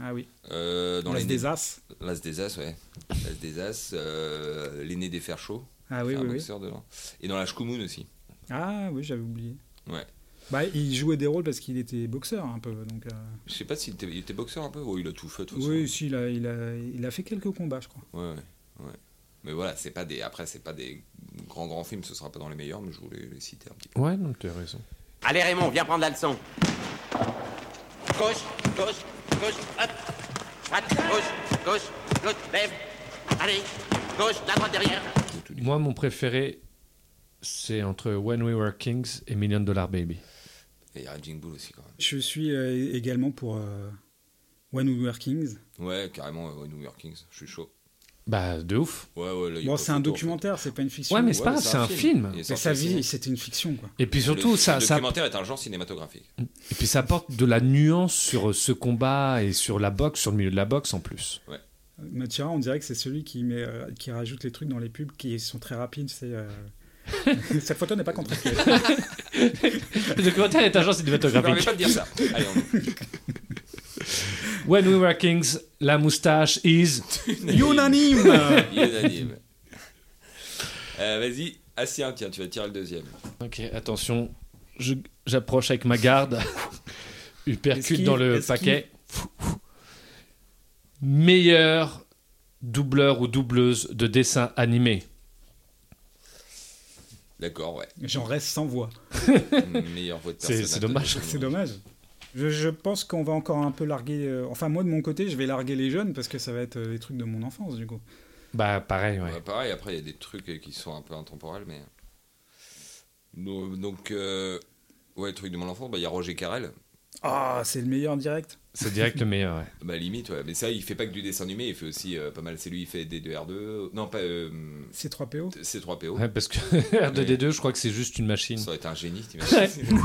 E: Ah oui.
I: Euh, dans
E: Las
I: l'aîné-
E: des As.
I: L'As des As, ouais. L'As des As, euh, l'aîné des fers chauds.
E: Ah oui,
I: c'est un
E: oui, oui.
I: boxeur dedans. Et dans la Shkumun aussi.
E: Ah oui, j'avais oublié.
I: Ouais.
E: Bah, il jouait des rôles parce qu'il était boxeur un peu. Donc, euh,
I: Je sais pas s'il était, il était boxeur un peu. Oh, il a tout fait, de toute
E: Oui,
I: façon.
E: si, il a, il, a, il a fait quelques combats, je crois.
I: Ouais, ouais, ouais. Mais voilà, c'est pas des. Après, c'est pas des grands grands films. Ce sera pas dans les meilleurs, mais je voulais les citer un petit peu.
C: Ouais, non, t'as raison.
K: Allez Raymond, viens prendre la leçon.
D: Gauche, gauche, gauche, hop. Droite, gauche, gauche, gauche, lève. Allez, gauche, la droite derrière.
C: Moi, mon préféré, c'est entre When We Were Kings et Million Dollar Baby.
I: Et il y a Raging Bull aussi, quand même.
E: Je suis euh, également pour euh, When We Were Kings.
I: Ouais, carrément, ouais, ouais, New York Kings. Je suis chaud.
C: Bah, de ouf.
I: Ouais, ouais, là, il y a
E: Bon,
I: pas
E: c'est un
I: photo, en
E: documentaire, c'est pas une fiction.
C: Ouais, mais c'est pas grave, c'est un film.
I: Il est
E: Mais
I: sorti
E: sa
I: au cinéma.
E: vie, c'était une fiction, quoi.
C: Et puis surtout,
I: Le-
C: ça,
I: le
C: ça,
I: documentaire est un genre cinématographique.
C: et puis ça apporte de la nuance sur euh, ce combat et sur la boxe, sur le milieu de la boxe en plus.
E: Mathieu, on dirait que c'est celui qui, met, euh, qui rajoute les trucs dans les pubs qui sont très rapides. C'est, euh, Cette photo n'est pas contractuelle.
C: Le documentaire est un genre
I: Je ne permets
C: cinématographique.
I: pas de dire ça. Allez, on...
C: When We Were Kings, la moustache is.
E: Unanime
I: Il est unanime. Euh, Vas-y, Asien, tiens, tu vas tirer le deuxième.
C: Ok, attention, je- j'approche avec ma garde,
E: Esquive,
C: hypercute dans le
E: esquive.
C: paquet. meilleur doubleur ou doubleuse de dessin animé.
D: D'accord, ouais.
E: J'en reste sans voix.
D: Meilleure voix de
C: C'est-
D: personnage
C: c'est
D: de
C: dommage.
D: tout le
E: C'est
D: monde.
E: dommage. Je, je pense qu'on va encore un peu larguer. euh, enfin, moi de mon côté, je vais larguer les jeunes parce que ça va être euh, les trucs de mon enfance du coup.
C: Bah pareil, ouais.
D: Bah, pareil, après, il y a des trucs euh, qui sont un peu intemporels, mais. No- Donc, euh, ouais, truc de mon enfance, bah, il y a Roger Carrel.
E: Ah, c'est le meilleur direct.
C: C'est direct le meilleur, ouais.
D: Bah, limite, ouais. Mais ça, il fait pas que du dessin animé, il fait aussi euh, pas mal. C'est lui, il fait D2R2. Non, pas euh,
E: C'est 3 PO.
D: C3PO.
C: Ouais, parce que R2D2, je crois que c'est juste une machine.
D: Ça aurait été un génie, t'imagines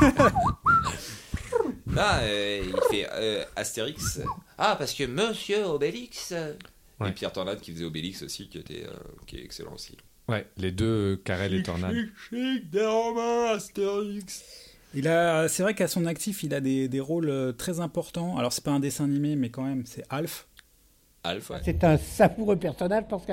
D: Là, euh, il fait euh, Astérix. Ah, parce que Monsieur Obélix. euh.
C: Ouais.
D: Et Pierre Tornade qui faisait Obélix aussi, qui, était, euh, qui est excellent aussi.
C: Ouais, les deux, euh, Carrel et Tornade.
D: Chic des Romains, Astérix.
E: Il a, c'est vrai qu'à son actif, il a des, des rôles euh, très importants. Alors c'est pas un dessin animé, mais quand même, c'est Alf.
D: Alpha. ouais.
L: C'est un savoureux personnage parce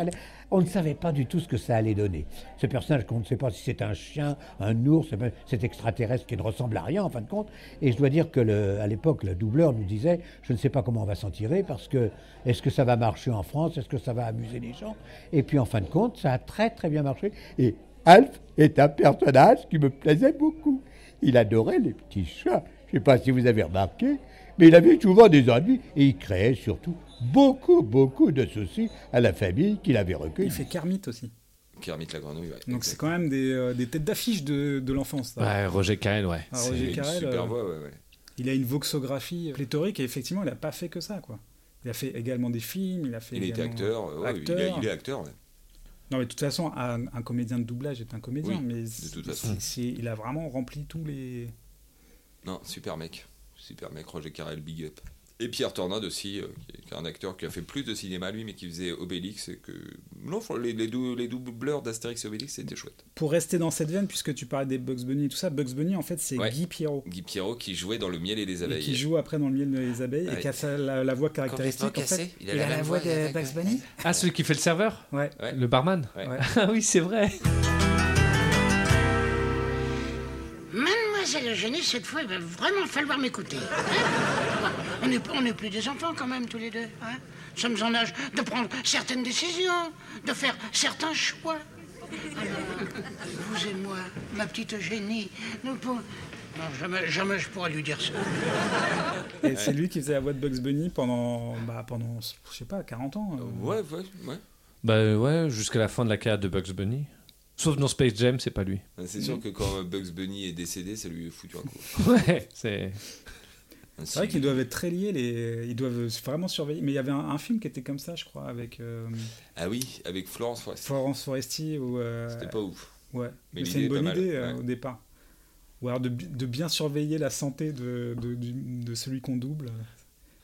L: qu'on ne savait pas du tout ce que ça allait donner. Ce personnage qu'on ne sait pas si c'est un chien, un ours, eh ben, cet extraterrestre qui ne ressemble à rien en fin de compte. Et je dois dire que le- à l'époque, le doubleur nous disait je ne sais pas comment on va s'en tirer parce que est-ce que ça va marcher en France, est-ce que ça va amuser les gens Et puis en fin de compte, ça a très très bien marché. Et Alf est un personnage qui me plaisait beaucoup. Il adorait les petits chats. Je ne sais pas si vous avez remarqué, mais il avait souvent des ennuis et il créait surtout beaucoup, beaucoup de soucis à la famille qu'il avait
E: Il
L: recueillie.
E: fait Kermit aussi.
D: Kermit la grenouille. ouais.
E: Donc c'est quand même des, euh, des têtes d'affiche de, de l'enfance. ça.
C: Ouais, Roger Carrel, ouais.
E: Ah,
D: C'est
E: Roger
D: une
E: Carrel,
D: super
E: euh,
D: voix, ouais, ouais.
E: il a une voxographie euh, pléthorique et effectivement, il a pas fait que ça, quoi. Il a fait également des films. Il a fait.
D: Il était
E: également-
D: acteur. euh, ouais,
E: acteur.
D: Il, a- il est acteur. ouais.
E: Non, mais de toute façon, un, un comédien de doublage est un comédien,
D: Oui,
E: mais
D: de toute façon.
E: c'est- c'est- il a vraiment rempli tous les.
D: Non, super mec. Super mec, Roger Carrel, big up. Et Pierre Tornade aussi, euh, qui est- qui est un acteur qui a fait plus de cinéma, lui, mais qui faisait Obélix. Et que... Non, fr- les, les, dou- les doubleurs d'Astérix et Obélix, c'était chouette.
E: Pour rester dans cette veine, puisque tu parlais des Bugs Bunny et tout ça, Bugs Bunny en fait c'est
D: Ouais.
E: Guy Pierrot.
D: Guy Pierrot qui jouait dans Le Miel et les
E: Et
D: Abeilles.
E: qui joue après dans le miel des abeilles et
D: Ouais.
E: qui a sa- la, la voix caractéristique.
D: Complètement
E: en fait.
D: cassé, il a la même voix
E: de Bugs Bunny
C: Ah, celui qui fait le serveur
E: Ouais.
D: Ouais.
C: Le barman
D: Ouais.
C: Ah oui, c'est vrai.
J: Mademoiselle Eugénie, cette fois, il va vraiment falloir m'écouter. hein on n'est on n'est plus des enfants quand même, tous les deux. hein Nous sommes en âge de prendre certaines décisions, de faire certains choix. Alors, vous et moi, ma petite Eugénie, nous pouvons... Non, jamais, jamais je pourrais lui dire ça.
E: Et c'est lui qui faisait la voix de Bugs Bunny pendant, bah, pendant je sais pas, 40 ans. euh.
D: Ouais, ouais, ouais.
C: Bah ouais, jusqu'à la fin de la carrière de Bugs Bunny. Sauf dans Space Jam, c'est pas lui.
D: C'est
E: Mm.
D: sûr que quand euh, Bugs Bunny est décédé, ça lui a foutu un coup.
C: Ouais, c'est.
E: C'est vrai qu'ils doivent être très liés, les... ils doivent vraiment surveiller. Mais il y avait un, un film qui était comme ça, je crois, avec euh,
D: Ah oui, avec Florence Foresti.
E: Florence Foresti. Ou, euh,
D: C'était pas ouf.
E: Ouais,
D: Mais
E: mais c'est
D: l'idée
E: une
D: est pas
E: bonne
D: mal,
E: idée euh,
D: ouais.
E: au départ. Ou alors de, bi- de bien surveiller la santé de, de, du- de celui qu'on double.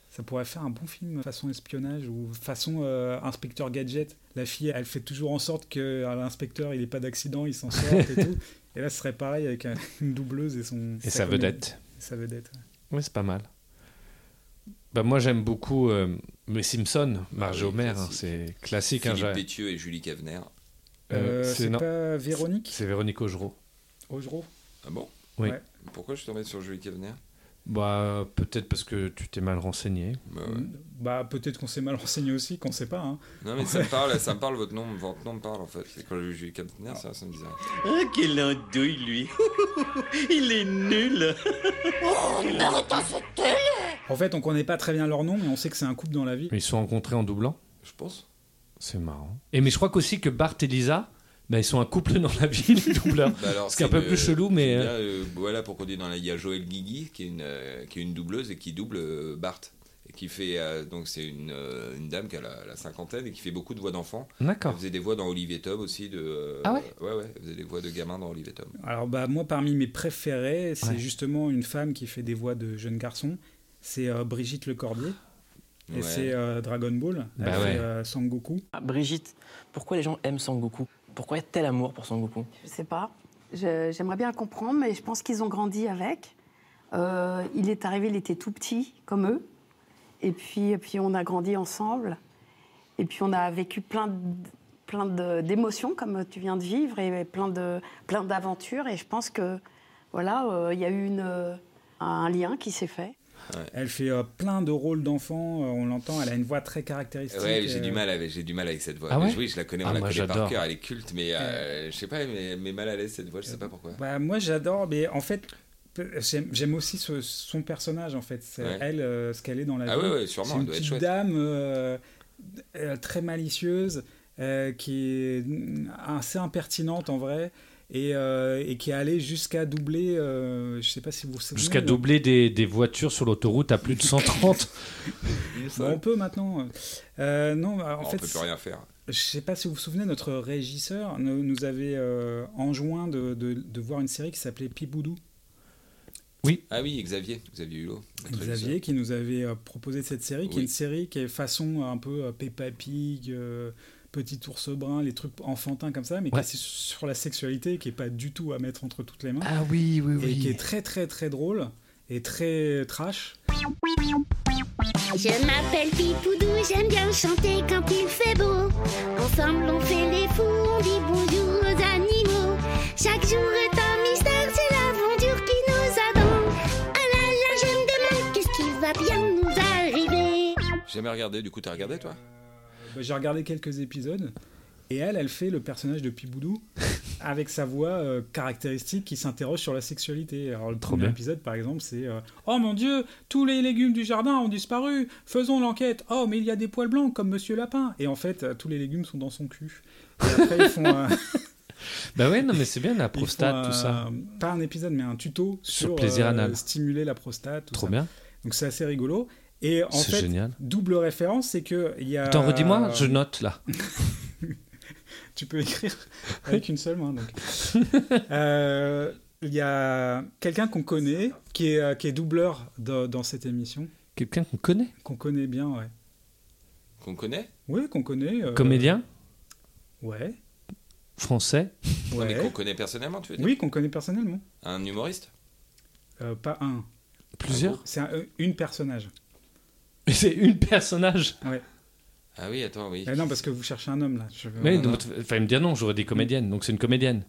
E: Ça pourrait faire un bon film façon espionnage ou façon euh, inspecteur gadget. La fille, elle fait toujours en sorte que euh, l'inspecteur, il n'ait pas d'accident, il s'en sorte et tout. Et là, ce serait pareil avec un- une doubleuse et son...
C: Et sa
E: comédie-
C: vedette.
E: Sa vedette. ouais.
C: Ouais, c'est pas mal. Bah moi, j'aime beaucoup euh, les Simpsons, Marge
D: oui,
C: Homer, hein,
D: classique.
C: c'est classique. hein,
D: Philippe
C: j'ai-
D: Pétieux et Julie Cavener.
C: Euh,
E: Euh,
C: c'est
E: c'est
C: non,
E: pas Véronique
C: c'est Véronique Augereau.
E: Augereau
D: Ah bon
C: Oui.
E: Ouais.
D: Pourquoi je suis tombé sur Julie Cavener
C: Bah peut-être parce que tu t'es mal renseigné.
D: Bah ouais.
E: Bah peut-être qu'on s'est mal renseigné aussi, qu'on sait pas. hein.
D: Non, mais ça me parle, ça me parle, votre nom, votre nom me parle en fait. Et quand j'ai vu Julie Cavener, ça, ça me disait.
I: Ah, quel andouille, lui Il est nul
E: En fait, on connaît pas très bien leur nom, mais on sait que c'est un couple dans la vie.
C: Mais ils se sont rencontrés en doublant.
D: Je pense.
C: C'est marrant. Et mais je crois qu'aussi que Bart et Lisa, bah, ils sont un couple dans la vie, les doubleurs.
D: Bah alors,
C: Ce qui est un peu
D: une-
C: plus chelou, mais,
D: c'est
C: euh,
D: bien, euh, voilà pourquoi on dit dans la. Il y a Joël Guigui qui est une, euh, qui est une doubleuse et qui double euh, Bart. Et qui fait. euh, donc, c'est une, euh, une dame qui a la, la cinquantaine et qui fait beaucoup de voix d'enfants. Elle
C: D'accord.
D: faisait des voix dans Olivier Tom aussi. De, euh,
C: Ah ouais
D: Ouais, ouais. Elle faisait des voix de gamins dans Olivier Tom.
E: Alors bah moi parmi mes préférés, c'est
C: Ouais.
E: justement une femme qui fait des voix de jeunes garçons. C'est euh, Brigitte Lecordier et
D: Ouais.
E: c'est euh, Dragon Ball. Elle
C: Bah
E: fait
C: ouais.
E: euh, Sangoku.
I: Brigitte, pourquoi les gens aiment Sangoku Pourquoi y a tel amour pour Sangoku
M: Je sais pas. Je- J'aimerais bien comprendre, mais je pense qu'ils ont grandi avec. Euh, il est arrivé, il était tout petit, comme eux. Et puis, et puis on a grandi ensemble. Et puis on a vécu plein de- plein de- d'émotions, comme tu viens de vivre, et plein de- plein d'aventures. et je pense que, voilà, euh, il y a eu une, euh, un lien qui s'est fait.
E: Elle fait euh, plein de rôles d'enfants. euh, on l'entend, elle a une voix très caractéristique.
D: Ouais, j'ai
E: euh,
D: du mal avec, j'ai du mal avec cette voix.
E: Ah
D: Mais
E: ouais
D: oui, je la connais, on
E: Ah,
D: la
E: moi,
D: connaît par
E: j'adore.
D: cœur, elle est culte, mais euh, je sais pas, mais elle met mal à l'aise cette voix, je sais pas pourquoi.
E: Bah, moi j'adore, mais en fait peu- j'aime j'aime aussi ce- son personnage en fait, C'est
D: Ouais.
E: elle, euh, ce qu'elle est dans la
D: Ah
E: vie.
D: ouais, ouais, sûrement,
E: C'est une
D: elle doit être
E: petite
D: chouette.
E: dame euh, euh, très malicieuse, euh, qui est mm, assez impertinente en vrai. Et, euh, et qui est allée jusqu'à doubler, euh, je sais pas si vous vous souvenez.
C: Jusqu'à
E: mais-
C: doubler des, des voitures sur l'autoroute à plus de 130.
E: Bah, on peut maintenant. Euh, non, bah, en
D: Oh, on
E: fait,
D: peut plus rien faire.
E: Je sais pas si vous vous souvenez, notre régisseur nous, nous avait euh, enjoint de, de- de voir une série qui s'appelait Piboudou.
C: Oui.
D: Ah oui, Xavier, Xavier Hulot. notre
E: Xavier qui nous avait euh, proposé cette série, qui est
D: Oui.
E: une série qui est façon euh, un peu euh, Peppa Pig, euh, Petit ours brun, les trucs enfantins comme ça, mais
C: Ouais.
E: qui est sur la sexualité, qui est pas du tout à mettre entre toutes les mains.
C: Ah oui, oui,
E: Et
C: oui.
E: qui est très très très drôle et très trash.
N: Je m'appelle Pipoudou, j'aime bien chanter quand il fait beau. Ensemble, on fait les fous, on dit bonjour aux animaux. Chaque jour est un mystère, c'est la vendure qui nous attend. Ah là là, je me demande qu'est-ce qui va bien nous arriver.
D: J'ai Jamais regardé, du coup, t'as regardé toi
E: Bah, J'ai regardé quelques épisodes. Et elle, elle fait le personnage de Piboudou avec sa voix euh, caractéristique qui s'interroge sur la sexualité. Alors, le premier
C: bien.
E: épisode, par exemple, c'est euh, Oh mon Dieu, tous les légumes du jardin ont disparu, faisons l'enquête. Oh, mais il y a des poils blancs comme Monsieur Lapin. Et en fait, euh, tous les légumes sont dans son cul. Et après, ils font. euh,
C: Bah ouais, non, mais c'est bien la
E: ils
C: prostate,
E: font,
C: tout
E: euh,
C: ça.
E: Pas un épisode, mais un tuto
C: Sur
E: sur,
C: plaisir
E: euh,
C: anal.
E: stimuler la prostate. tout
C: Trop
E: ça.
C: bien.
E: Donc c'est assez rigolo. Et en
C: C'est
E: fait, euh,
C: génial.
E: double référence, c'est que il y a.
C: Attends, redis-moi, je note là.
E: tu peux écrire avec une seule main. donc. Euh, Il y a quelqu'un qu'on connaît, qui est, euh, qui est doubleur de- dans cette émission.
C: Quelqu'un qu'on connaît
E: Qu'on connaît bien, ouais.
D: Qu'on connaît
E: Oui, qu'on connaît. euh,
C: Comédien
E: Ouais.
C: Français
D: Non, mais
E: Ouais.
D: qu'on connaît personnellement, tu veux dire
E: Oui, qu'on connaît personnellement.
D: Un humoriste
E: Euh, pas un.
C: Plusieurs
E: C'est un- euh, une personnage.
C: Mais c'est une personnage
E: Ouais.
D: Ah oui, attends, oui.
E: Eh non, parce que vous cherchez un homme, là. Je veux-
C: Mais donc, enfin, me dire non, j'aurais des comédiennes. Donc c'est une comédienne.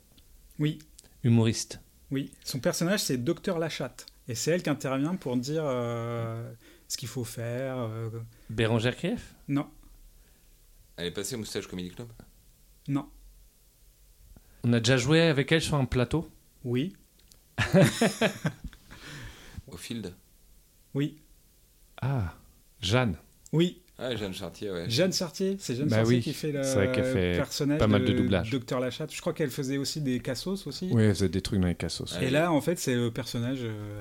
E: Oui.
C: Humoriste.
E: Oui, son personnage c'est Docteur Lachatte. Et c'est elle qui intervient pour dire euh, ce qu'il faut faire. euh,
C: Bérangère Krief
E: Non,
D: Elle est passée au Moustache Comedy Club
E: non,
C: On a déjà joué avec elle sur un plateau
E: oui,
D: Au Field
E: oui,
C: Ah, Jeanne.
E: oui.
D: Ah, Jeanne Chartier, ouais.
E: Jeanne Sartier, c'est Jeanne
C: Bah
E: Sartier
C: oui,
E: qui fait le
C: c'est vrai qu'elle fait
E: personnage
C: pas mal de
E: de
C: doublage.
E: Docteur Lachatte. Je crois qu'elle faisait aussi des cassos aussi.
C: Oui, elle faisait des trucs dans les cassos.
E: Et là, en fait, c'est le personnage. euh,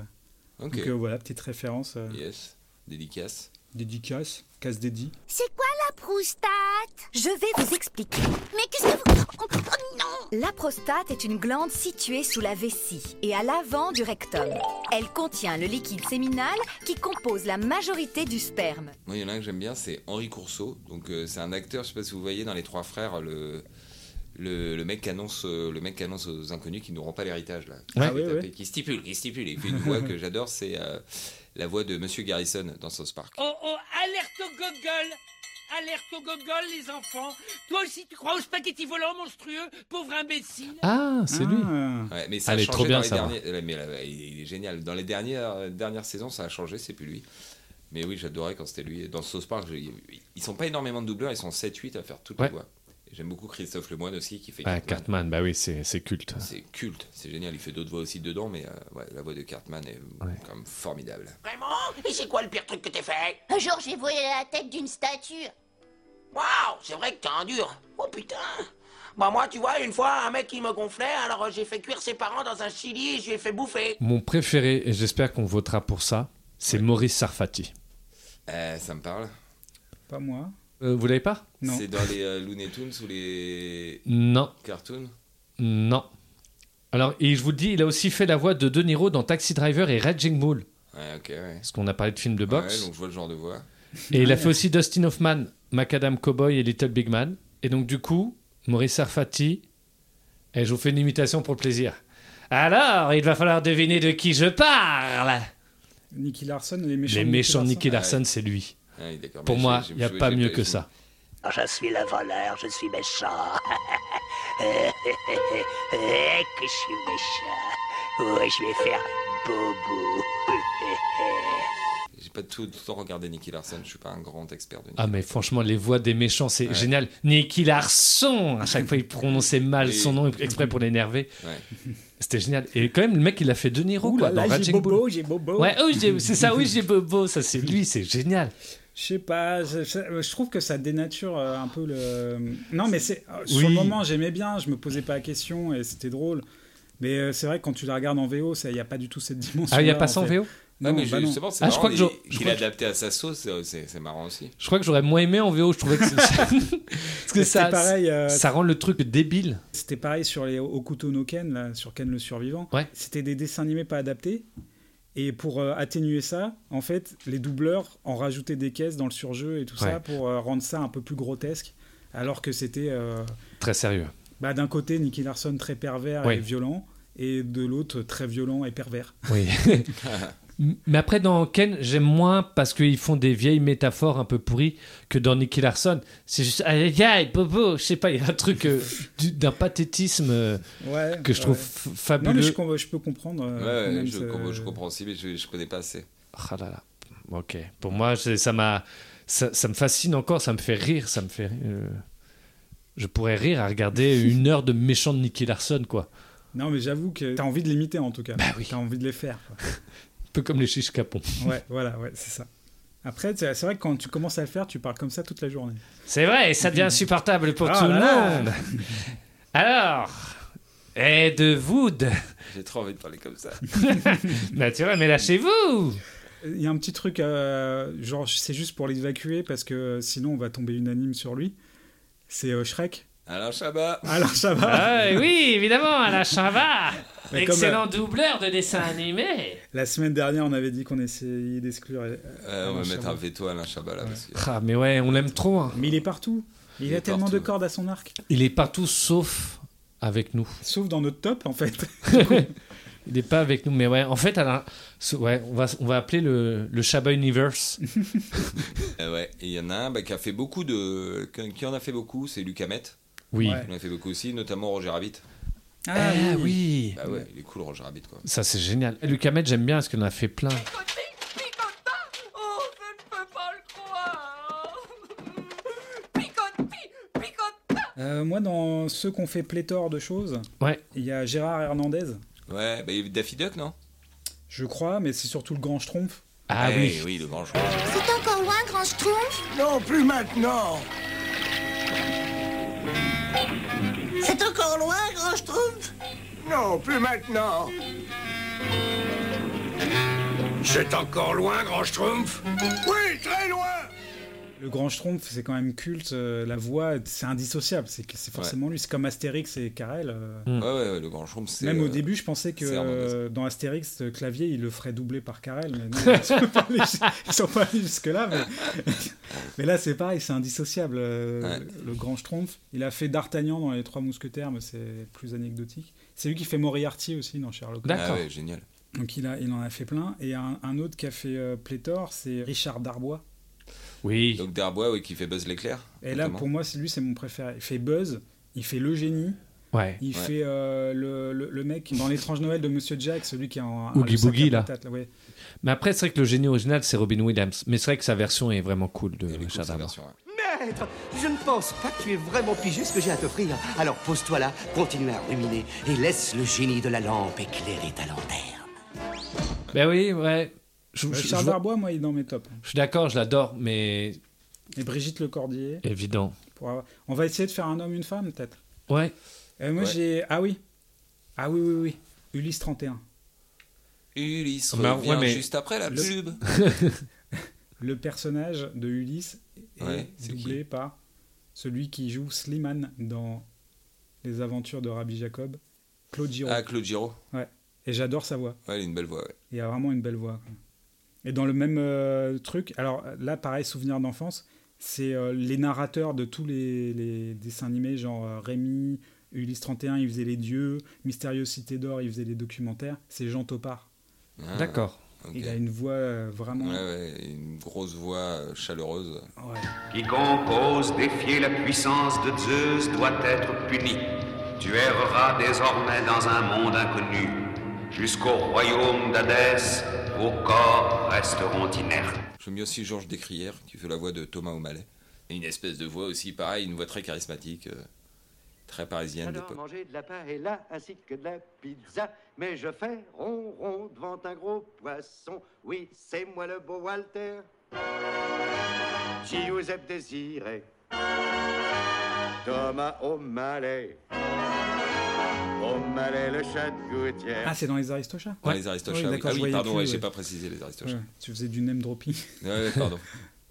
D: Ok.
E: Donc euh, voilà, petite référence. euh,
D: Yes, dédicace.
E: Dédicace, casse dédi.
N: C'est quoi la prostate Je vais vous expliquer. Mais qu'est-ce que vous... Oh, oh, non
O: La prostate est une glande située sous la vessie et à l'avant du rectum. Elle contient le liquide séminal qui compose la majorité du sperme.
D: Moi, il y en a un que j'aime bien, c'est Henri Courceau. Donc, euh, c'est un acteur, je sais pas si vous voyez dans Les Trois Frères, le, le, le mec qui annonce, euh, le mec qui annonce aux inconnus qu'il ne nous rend pas l'héritage, là.
E: Ouais. Ah
D: Qui est
E: ouais,
D: tapé,
E: ouais.
D: Qui stipule, qui stipule. Et puis, une voix que j'adore, c'est euh, la voix de Monsieur Garrison dans South Park.
P: Oh, oh, alerte au gogol Alerte au gogol, les enfants Toi aussi, tu crois au spaghetti volant monstrueux, pauvre imbécile
C: Ah, c'est lui.
D: Ouais, mais ça
C: Elle
D: a
C: est
D: changé
C: trop bien,
D: dans les
C: ça va.
D: derniers- euh, mais là, il il est génial. Dans les dernières, euh, dernières saisons, ça a changé, c'est plus lui. Mais oui, j'adorais quand c'était lui. Dans South Park, je- ils sont pas énormément de doubleurs, ils sont 7-8 à faire toutes
C: Ouais.
D: les voix. Et J'aime beaucoup Christophe Lemoine aussi qui fait
C: Ah,
D: Cartman.
C: Cartman, bah oui, c'est c'est culte.
D: C'est culte, c'est génial. Il fait d'autres voix aussi dedans, mais euh, ouais, la voix de Cartman est euh, quand même formidable.
G: Vraiment Et c'est quoi le pire truc que t'aies fait
N: Un jour, j'ai volé la tête d'une statue.
G: Waouh, c'est vrai que t'es un dur. Oh putain. Bah moi, tu vois, une fois, un mec qui me gonflait, alors euh, j'ai fait cuire ses parents dans un chili et je lui ai fait bouffer.
C: Mon préféré, et j'espère qu'on votera pour ça, c'est Maurice Sarfati.
D: Euh, ça me parle.
E: Pas moi.
C: Euh, vous l'avez pas
D: C'est dans les euh, Looney Tunes ou les
C: Non.
D: cartoons
C: Non. Alors, et je vous le dis, il a aussi fait la voix de De Niro dans Taxi Driver et Raging Bull.
D: Ouais, ok, ouais.
C: Parce qu'on a parlé de films de boxe.
D: Ouais, donc je vois le genre de voix.
C: Et il a fait aussi Dustin Hoffman, Macadam Cowboy et Little Big Man. Et donc, du coup, Maurice Sarfati. Et je vous fais une imitation pour le plaisir. Alors, il va falloir deviner de qui je parle.
E: Nicky Larson, les méchants.
C: Les
E: de
C: méchants de Nicky Larson,
E: Ah,
C: c'est lui.
D: Ah oui, d'accord,
C: Pour
D: mais
C: moi,
D: j'ai-
C: il
D: j'ai-
C: n'y a
D: j'ai-
C: pas
D: j'ai
C: mieux
D: pas
C: que
D: les
C: ça.
G: Je suis le voleur, je suis méchant. que je suis méchant. Ouais, je vais faire bobo.
D: pas tout, tout le temps regardé Nicky Larson. Je suis pas un grand expert de Nicky.
C: Ah mais franchement les voix des méchants c'est génial. Nicky Larson à chaque fois il prononçait mal son nom exprès pour l'énerver. C'était génial et quand même le mec il a fait De Niro
E: Ouh
C: quoi
E: là
C: dans
E: là, j'ai
C: Raging Bull.
E: bobo, j'ai bobo.
C: Ouais oh, j'ai- c'est ça oui j'ai bobo ça c'est lui c'est génial.
E: Je sais pas, je, je- je trouve que ça dénature euh, un peu le. Non, mais c'est euh, sur
C: Oui.
E: le moment j'aimais bien, je me posais pas la question et c'était drôle. Mais euh, c'est vrai que quand tu la regardes en VO, il n'y a pas du tout cette dimension.
C: Ah, il y a pas ça en VO
D: Non, mais
E: bah non.
D: justement, c'est
C: Ah, je
D: marrant.
C: crois que
D: il-
C: j'aurais- je
D: il
C: crois
D: est
C: que-
D: adapté à sa sauce, c'est- c'est c'est marrant aussi.
C: Je crois que j'aurais moins aimé en VO je trouvais que c'est... parce que
E: Mais
C: ça
E: c'était pareil, euh,
C: ça rend le truc débile.
E: C'était pareil sur les Okuto no Ken, là, sur Ken le survivant. C'était des dessins animés pas adaptés. Et pour euh, atténuer ça, en fait, les doubleurs en rajoutaient des caisses dans le surjeu et tout ça
C: Ouais.
E: pour euh, rendre ça un peu plus grotesque. Alors que c'était euh,
C: Très sérieux.
E: bah, d'un côté Nicky Larson très pervers
C: Oui.
E: et violent, et de l'autre très violent et pervers.
C: Oui. M- Mais après, dans Ken, j'aime moins parce qu'ils font des vieilles métaphores un peu pourries que dans Nicky Larson. C'est juste, aïe, aïe, aïe, bobo, je sais pas, il y a un truc euh, du- d'un pathétisme euh,
E: Ouais,
C: que je trouve
E: ouais.
C: f-
E: Non, mais
C: fabuleux.
E: je, com- je peux comprendre. euh,
D: Ouais,
E: qu'on
D: ouais,
E: aime
D: je,
E: ce-
D: comprends- je comprends aussi, mais je, je connais pas assez.
C: Ah là là. Ok. Pour moi, c'est- ça m'a. Ça, ça me fascine encore, ça me fait rire, ça me fait. euh, Je pourrais rire à regarder une heure de méchant de Nicky Larson, quoi.
E: Non, mais j'avoue que t'as envie de l'imiter en tout cas.
C: Bah
E: T'as envie de les faire. quoi.
C: Un peu comme les chiches capons.
E: Ouais, voilà, ouais, c'est ça. Après, c'est c'est vrai que quand tu commences à le faire, tu parles comme ça toute la journée.
C: C'est vrai, ça devient insupportable pour
E: Ah
C: tout
E: là
C: le
E: là.
C: monde. Alors, Ed Wood.
D: J'ai trop envie de parler comme ça.
C: Bah, tu vois, mais lâchez-vous
E: Il y a un petit truc, euh, genre, c'est juste pour l'évacuer parce que euh, sinon on va tomber unanime sur lui. C'est euh, Shrek.
D: Alain Chabat.
E: Alain Chabat.
C: Ah oui, évidemment, Alain Chabat
E: Mais comme, euh,
C: Excellent doubleur de dessin animé
E: La semaine dernière, on avait dit qu'on essayait d'exclure. euh,
D: Euh,
E: Alain
D: on va mettre
E: Chabat.
D: un veto à Alain Chabat là. parce que-
C: Ah, mais ouais, on l'aime trop. hein.
E: Mais il est partout. Il,
D: Il
E: a
D: est
E: tellement
D: partout.
E: de cordes à son arc.
C: Il est partout sauf avec nous.
E: Sauf dans notre top, en fait.
C: Il n'est pas avec nous, mais ouais, en fait, Alain, ce- ouais, on, va, on va appeler le, le Chabat Universe.
D: Euh, ouais, et il y en a un bah, qui a fait beaucoup de. qui- Qui en a fait beaucoup, c'est Luc Hamet.
C: Oui.
D: On a fait beaucoup aussi, notamment Roger Rabbit.
E: Ah
C: Ah oui
D: Bah ouais, il est cool Roger Rabbit quoi.
C: Ça, c'est génial. Lucas Med, j'aime bien parce qu'on a fait plein.
Q: Oh, je ne peux pas le croire. Picote, pi- picote.
E: Euh, moi, dans ceux qu'on fait pléthore de choses,
C: Ouais.
E: il y a Gérard Hernandez,
D: Ouais, bah, il y a Daffy Duck non
E: je crois, mais c'est surtout le grand Schtroumpf.
C: Ah
D: Eh oui. le grand joueur.
N: C'est encore loin, grand schtroumpf
E: Non, plus maintenant
Q: C'est encore loin, grand schtroumpf Non, plus maintenant.
R: C'est encore loin, grand Schtroumpf
Q: Oui, très loin.
E: Le grand Schtroumpf, c'est quand même culte, euh, la voix, c'est indissociable, c'est c'est forcément lui. C'est comme Astérix et Carrel. euh.
D: Ouais, ouais, ouais, le grand Schtroumpf c'est.
E: Même au
D: euh,
E: début, je pensais que
D: c'est Hernandez.
E: euh, dans Astérix, euh, Clavier, il le ferait doubler par Carrel, mais non, ils sont pas allés, ils sont pas allés jusque-là. Mais, mais là, c'est pareil, c'est indissociable. euh, Le grand Schtroumpf, il a fait D'Artagnan dans Les Trois Mousquetaires, mais c'est plus anecdotique. C'est lui qui fait Moriarty aussi dans Sherlock Holmes.
D: Ah ouais, génial.
E: Donc il, a, il en a fait plein. Et un, un autre qui a fait euh, pléthore, c'est Richard Darbois.
C: Oui.
D: Donc Darbois, oui, qui fait Buzz l'éclair.
E: Et là,
D: notamment.
E: pour moi, c'est lui, c'est mon préféré. Il fait Buzz, il fait le génie.
C: Ouais.
E: Il
D: Ouais.
E: fait euh, le, le- le mec dans l'étrange Noël de Monsieur Jack, celui qui a un, un-
C: Oogie
E: le sac à
C: Boogie, là.
E: patates, ouais.
C: Mais après, c'est vrai que le génie original, c'est Robin Williams. Mais c'est vrai que sa version est vraiment cool de Richard Darbois.
S: Maître, je ne pense pas que tu aies vraiment pigé ce que j'ai à t'offrir. Alors pose-toi là, continue à ruminer et laisse le génie de la lampe éclairer ta lanterne.
C: Ben oui, ouais. Je, je-
E: Richard
C: je-
E: Euh, Darbois, moi, il est dans mes tops.
C: je suis d'accord, je l'adore, mais
E: Et Brigitte Lecordier.
C: évident.
E: Pour avoir- On va essayer de faire un homme, une femme, peut-être.
C: Ouais.
E: Euh, moi,
C: Ouais.
E: j'ai. Ah oui. Ah oui, oui, oui. Ulysse 31.
D: Ulysse
C: Bah,
D: revient
C: ouais, mais-
D: juste après la
E: Le-
D: pub.
E: Le personnage de Ulysse est
D: Ouais, c'est
E: doublé par celui qui joue Slimane dans Les Aventures de Rabbi Jacob, Claude Giraud.
D: Ah, Claude Giraud.
E: Ouais. Et j'adore sa voix.
D: Ouais, il a une belle voix, ouais.
E: Il a vraiment une belle voix. quoi. Et dans le même euh, truc, alors là, pareil, souvenir d'enfance, c'est euh, les narrateurs de tous les, les dessins animés, genre euh, Rémi, Ulysse 31, il faisait les dieux, Mystérieuse Cité d'Or, il faisait les documentaires, c'est Jean Topard.
D: Ah,
C: D'accord.
D: ok.
E: Il a une voix euh,
D: Ouais,
E: vraiment.
C: Mm.
D: ouais, une grosse voix euh, chaleureuse.
R: Quiconque ose défier la puissance de Zeus doit être puni. Tu erreras désormais dans un monde inconnu. Jusqu'au royaume d'Hadès, vos corps resteront inertes.
D: euh,
I: J'aime bien aussi Georges Descrières, qui fait la voix de Thomas O'Malley. Et une espèce de voix aussi, pareil, une voix très charismatique, euh, très parisienne
D: J'adore
I: d'époque.
D: manger de la paella ainsi que de la pizza, mais je fais ron ron devant un gros poisson. Oui, c'est moi le beau Walter. Giuseppe Désiré, Thomas O'Malley, O'Malley le chat de Gouttière.
E: Ah, c'est dans les Aristochats
I: Dans les Aristochats, oui.
E: d'accord,
I: Ah
E: je
I: oui,
E: voyais
I: pardon,
E: plus,
I: ouais, j'ai
E: ouais.
I: pas précisé les Aristochats.
E: Ouais, tu faisais du name dropping.
I: Ouais, ouais, pardon.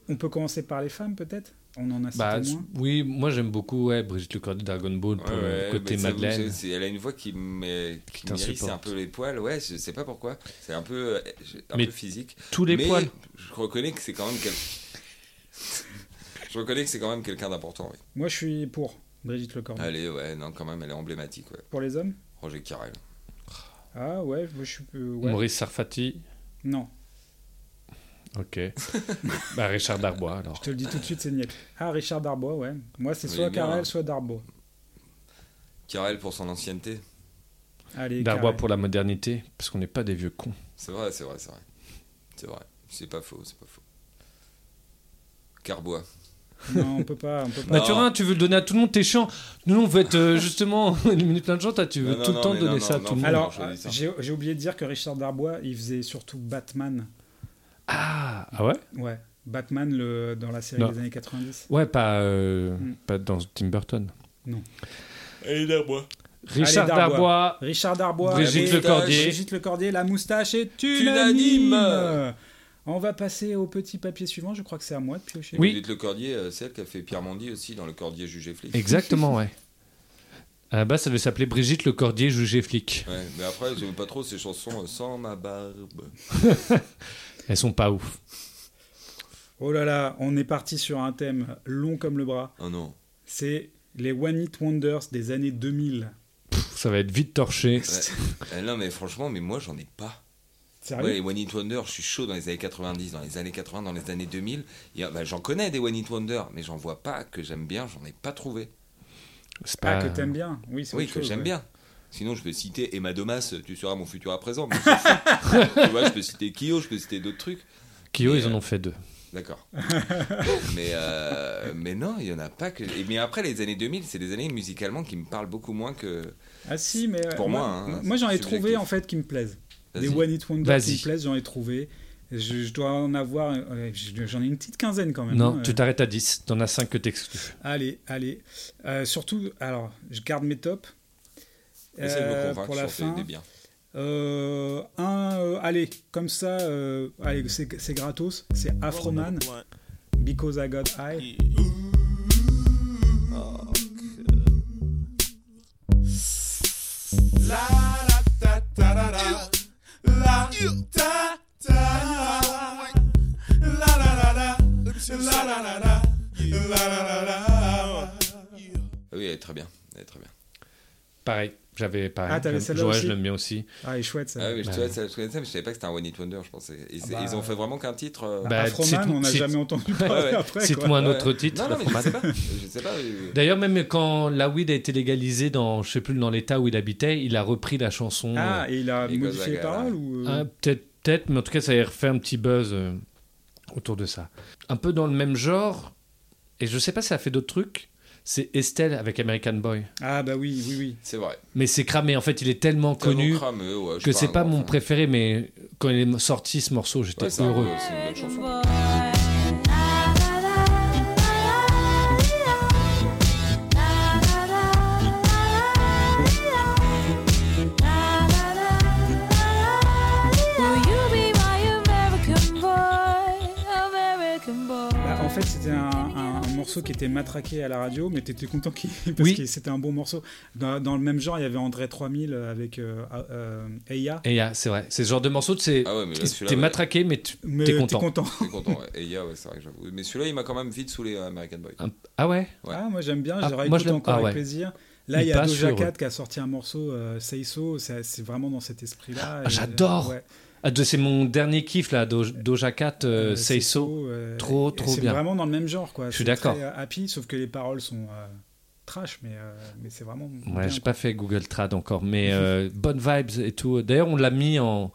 E: On peut commencer par les femmes, peut-être On en a cité
C: Bah,
E: moins.
C: oui, moi j'aime beaucoup ouais, Brigitte Lecordier de Dragon Ball pour
I: Ouais,
C: le côté
I: mais ça,
C: Madeleine.
I: vous- c'est- elle a une voix qui me- qui
C: T'insupport.
I: m'irrisse un peu les poils. Ouais, je sais pas pourquoi. C'est un peu, euh, un
C: Mais
I: peu physique.
C: tous les
I: Mais
C: poils.
I: Je reconnais que c'est quand même quel- je reconnais que c'est quand même quelqu'un d'important. oui.
E: Moi, je suis pour Brigitte Lecordier.
I: Allez, ouais, non, quand même, elle est emblématique. Ouais.
E: Pour les hommes
I: Roger Carrel.
E: Ah, ouais, moi, je suis. euh, ouais.
C: Maurice Sarfati.
E: Non,
C: Ok. bah, Richard Darbois alors.
E: je te le dis tout de suite, c'est niais. Ah, Richard Darbois, ouais. Moi, c'est
I: Oui,
E: soit
I: bien.
E: Carrel, soit Darbois.
I: Carrel pour son ancienneté.
E: Allez,
C: Darbois
E: Carrel.
C: pour la modernité, parce qu'on n'est pas des vieux cons.
I: C'est vrai, c'est vrai, c'est vrai. C'est vrai. C'est pas faux, c'est pas faux. Carbois.
E: Non, on peut pas. On peut pas.
C: Mathurin, tu veux le donner à tout le monde, t'es chiant. Nous, on veut être euh, justement éliminer plein de gens, toi, tu veux
I: Non, non,
C: tout
I: non,
C: le temps
I: mais
C: donner
I: non,
C: ça à
I: non,
C: tout le
I: non,
C: monde.
E: Alors,
I: je dis ça.
E: j'ai j'ai oublié de dire que Richard Darbois, il faisait surtout Batman.
C: ah, ah ouais
E: Ouais, Batman le, dans la série
C: Non.
E: des années 90.
C: Ouais, pas, euh,
E: Hmm.
C: pas dans Tim Burton.
I: Et Darbois.
C: Richard
E: Allez,
C: Darbois.
E: Richard Darbois.
C: Brigitte
E: et-
C: Lecordier.
E: Brigitte Lecordier, la moustache est
I: Unanime.
E: unanime. On va passer au petit papier suivant. Je crois que c'est à moi de piocher.
I: Judith Le Cordier, euh, celle qui a fait Pierre Mondi aussi dans Le Cordier jugé flic.
C: Exactement, ouais. À la base, ça devait s'appeler Brigitte Le Cordier jugée flic.
I: Ouais, mais après, j'aime pas trop ces chansons euh, sans ma barbe.
C: Elles sont pas ouf.
E: Oh là là, on est parti sur un thème long comme le bras.
I: Oh non.
E: C'est les One Hit Wonders des années 2000.
C: Pff, Ça va être vite torché.
I: Ouais. Euh, non, mais franchement, mais moi, j'en ai pas.
C: Ah
E: Sérieux
I: ouais, les One Hit Wonder, je suis chaud dans les années 90, dans les années 80, dans les années 2000. Il y a- bah, j'en connais des One Hit Wonder, mais j'en vois pas que j'aime bien, j'en ai pas trouvé.
C: C'est
E: Ah,
C: pas...
E: que t'aimes bien. Oui, c'est
I: Oui,
E: autre
I: que
E: chose,
I: j'aime
E: ouais.
I: bien. Sinon, je peux citer Emma Domas, tu seras mon futur à présent. mais on s'en fout. tu vois, je peux citer Kyo, je peux citer d'autres trucs.
C: Kyo,
I: Mais,
C: ils en
I: euh,
C: ont fait deux.
I: D'accord. mais, euh, mais non, il y en a pas que. et- Mais après, les années 2000, c'est des années musicalement qui me parlent beaucoup moins que.
E: Ah si, mais euh,
I: Pour moi,
E: moi,
I: hein,
E: moi, j'en ai
I: c'est
E: trouvé
I: subjectif.
E: en fait qui me plaisent. Des
I: Vas-y.
E: One Hit Wonder qui
C: Vas-y.
E: me plaisent, j'en ai trouvé. Je, je dois en avoir, euh, je- j'en ai une petite quinzaine quand même.
C: Non,
E: hein,
C: tu
E: euh.
C: t'arrêtes à 10. T'en as 5 que t'exclus.
E: Allez, allez. Euh, surtout, alors, je garde mes tops.
I: Essaye de me
E: Euh,
I: convaincre
E: pour la
I: sur des-
E: fin.
I: des biens.
E: Euh, un, euh, allez, comme ça, euh, allez, c'est c'est gratos. C'est Afroman, Because I Got High.
I: Ah oui, elle est très bien. Elle est très bien.
C: Pareil, j'avais pareil.
E: Ah, t'avais celle-là
C: Ouais,
E: aussi
C: je l'aime bien aussi.
E: Ah, il est chouette ça.
I: Ah oui, mais je,
C: Bah
I: tu
C: ouais.
I: vois, ça, je connaissais, mais je savais pas que c'était un One Hit Wonder, je pensais. Et c'est-
E: Ah bah,
I: ils ont fait vraiment qu'un titre. euh,
C: Bah,
E: Afroman,
C: cite-
E: on n'a
C: cite-
E: jamais entendu
I: ouais,
E: parler
I: ouais.
E: après. quoi.
C: Cite-moi un
I: ouais.
C: autre titre.
I: Non, non, mais je
C: Afroman.
I: sais pas. Je sais pas. euh,
C: D'ailleurs, même quand la weed a été légalisée dans, je sais plus, dans l'état où il habitait, il a repris la chanson.
E: Ah, et il a
I: Because I
E: modifié les
I: Got High.
E: paroles ou...
C: euh, ah, peut-être, peut-être, mais en tout cas, ça a refait un petit buzz euh, autour de ça. Un peu dans le même genre, et je sais pas si ça a fait d'autres trucs. C'est Estelle avec American Boy.
E: Ah bah oui, oui, oui.
I: C'est vrai.
C: Mais c'est cramé. En fait, il est tellement connu
I: Tellement crameux, ouais, je suis
C: que c'est
I: un
C: pas
I: grand
C: mon
I: fan.
C: préféré, mais quand il est sorti ce morceau, j'étais
I: Ouais, c'est un- euh,
C: heureux.
I: c'est une bonne chanson.
B: Will you be my American boy? American boy.
E: Bah, en fait, c'était un, un- un morceau qui était matraqué à la radio, mais t'étais content qu'il, parce
C: Oui.
E: que c'était un bon morceau. Dans, dans le même genre, il y avait André 3000 avec euh, ah, euh, Eya.
C: Et il y a- c'est vrai, c'est ce genre de morceau, c'est
I: Ah ouais, mais là, celui-là,
C: t'es
I: ouais.
C: matraqué, mais tu-
E: Mais
C: t'es content.
I: T'es content. ouais. Et il y a, ouais, c'est vrai que j'avoue. Mais celui-là, il m'a quand même vite saoulé euh, American Boy.
C: Un- Ah ouais.
I: Ouais.
E: Ah, moi j'aime bien,
C: Ah,
E: je
C: moi,
E: réécoute
C: je l'aime-
E: encore
C: ah,
E: avec
C: ouais.
E: plaisir. Là, il
C: Il
E: y a
C: passe
E: Doja
C: sur-
E: Cat qui a sorti un morceau euh, Seiso, c'est c'est vraiment dans cet esprit-là.
C: Ah,
E: Et,
C: j'adore.
E: ouais.
C: Ah, de- c'est mon dernier kiff là, Do- Doja Cat, euh,
E: Euh,
C: Say So.
E: Seiso, euh,
C: Trop,
E: et- et
C: trop
E: c'est
C: bien.
E: vraiment dans le même genre, quoi.
C: Je suis
E: C'est
C: d'accord.
E: très, euh, Happy, sauf que les paroles sont euh, trash, mais, euh, mais c'est vraiment.
C: Ouais,
E: bien, Mhm.
C: j'ai
E: quoi.
C: pas fait Google Trad encore, mais euh, bonnes vibes et tout. D'ailleurs, on l'a mis en,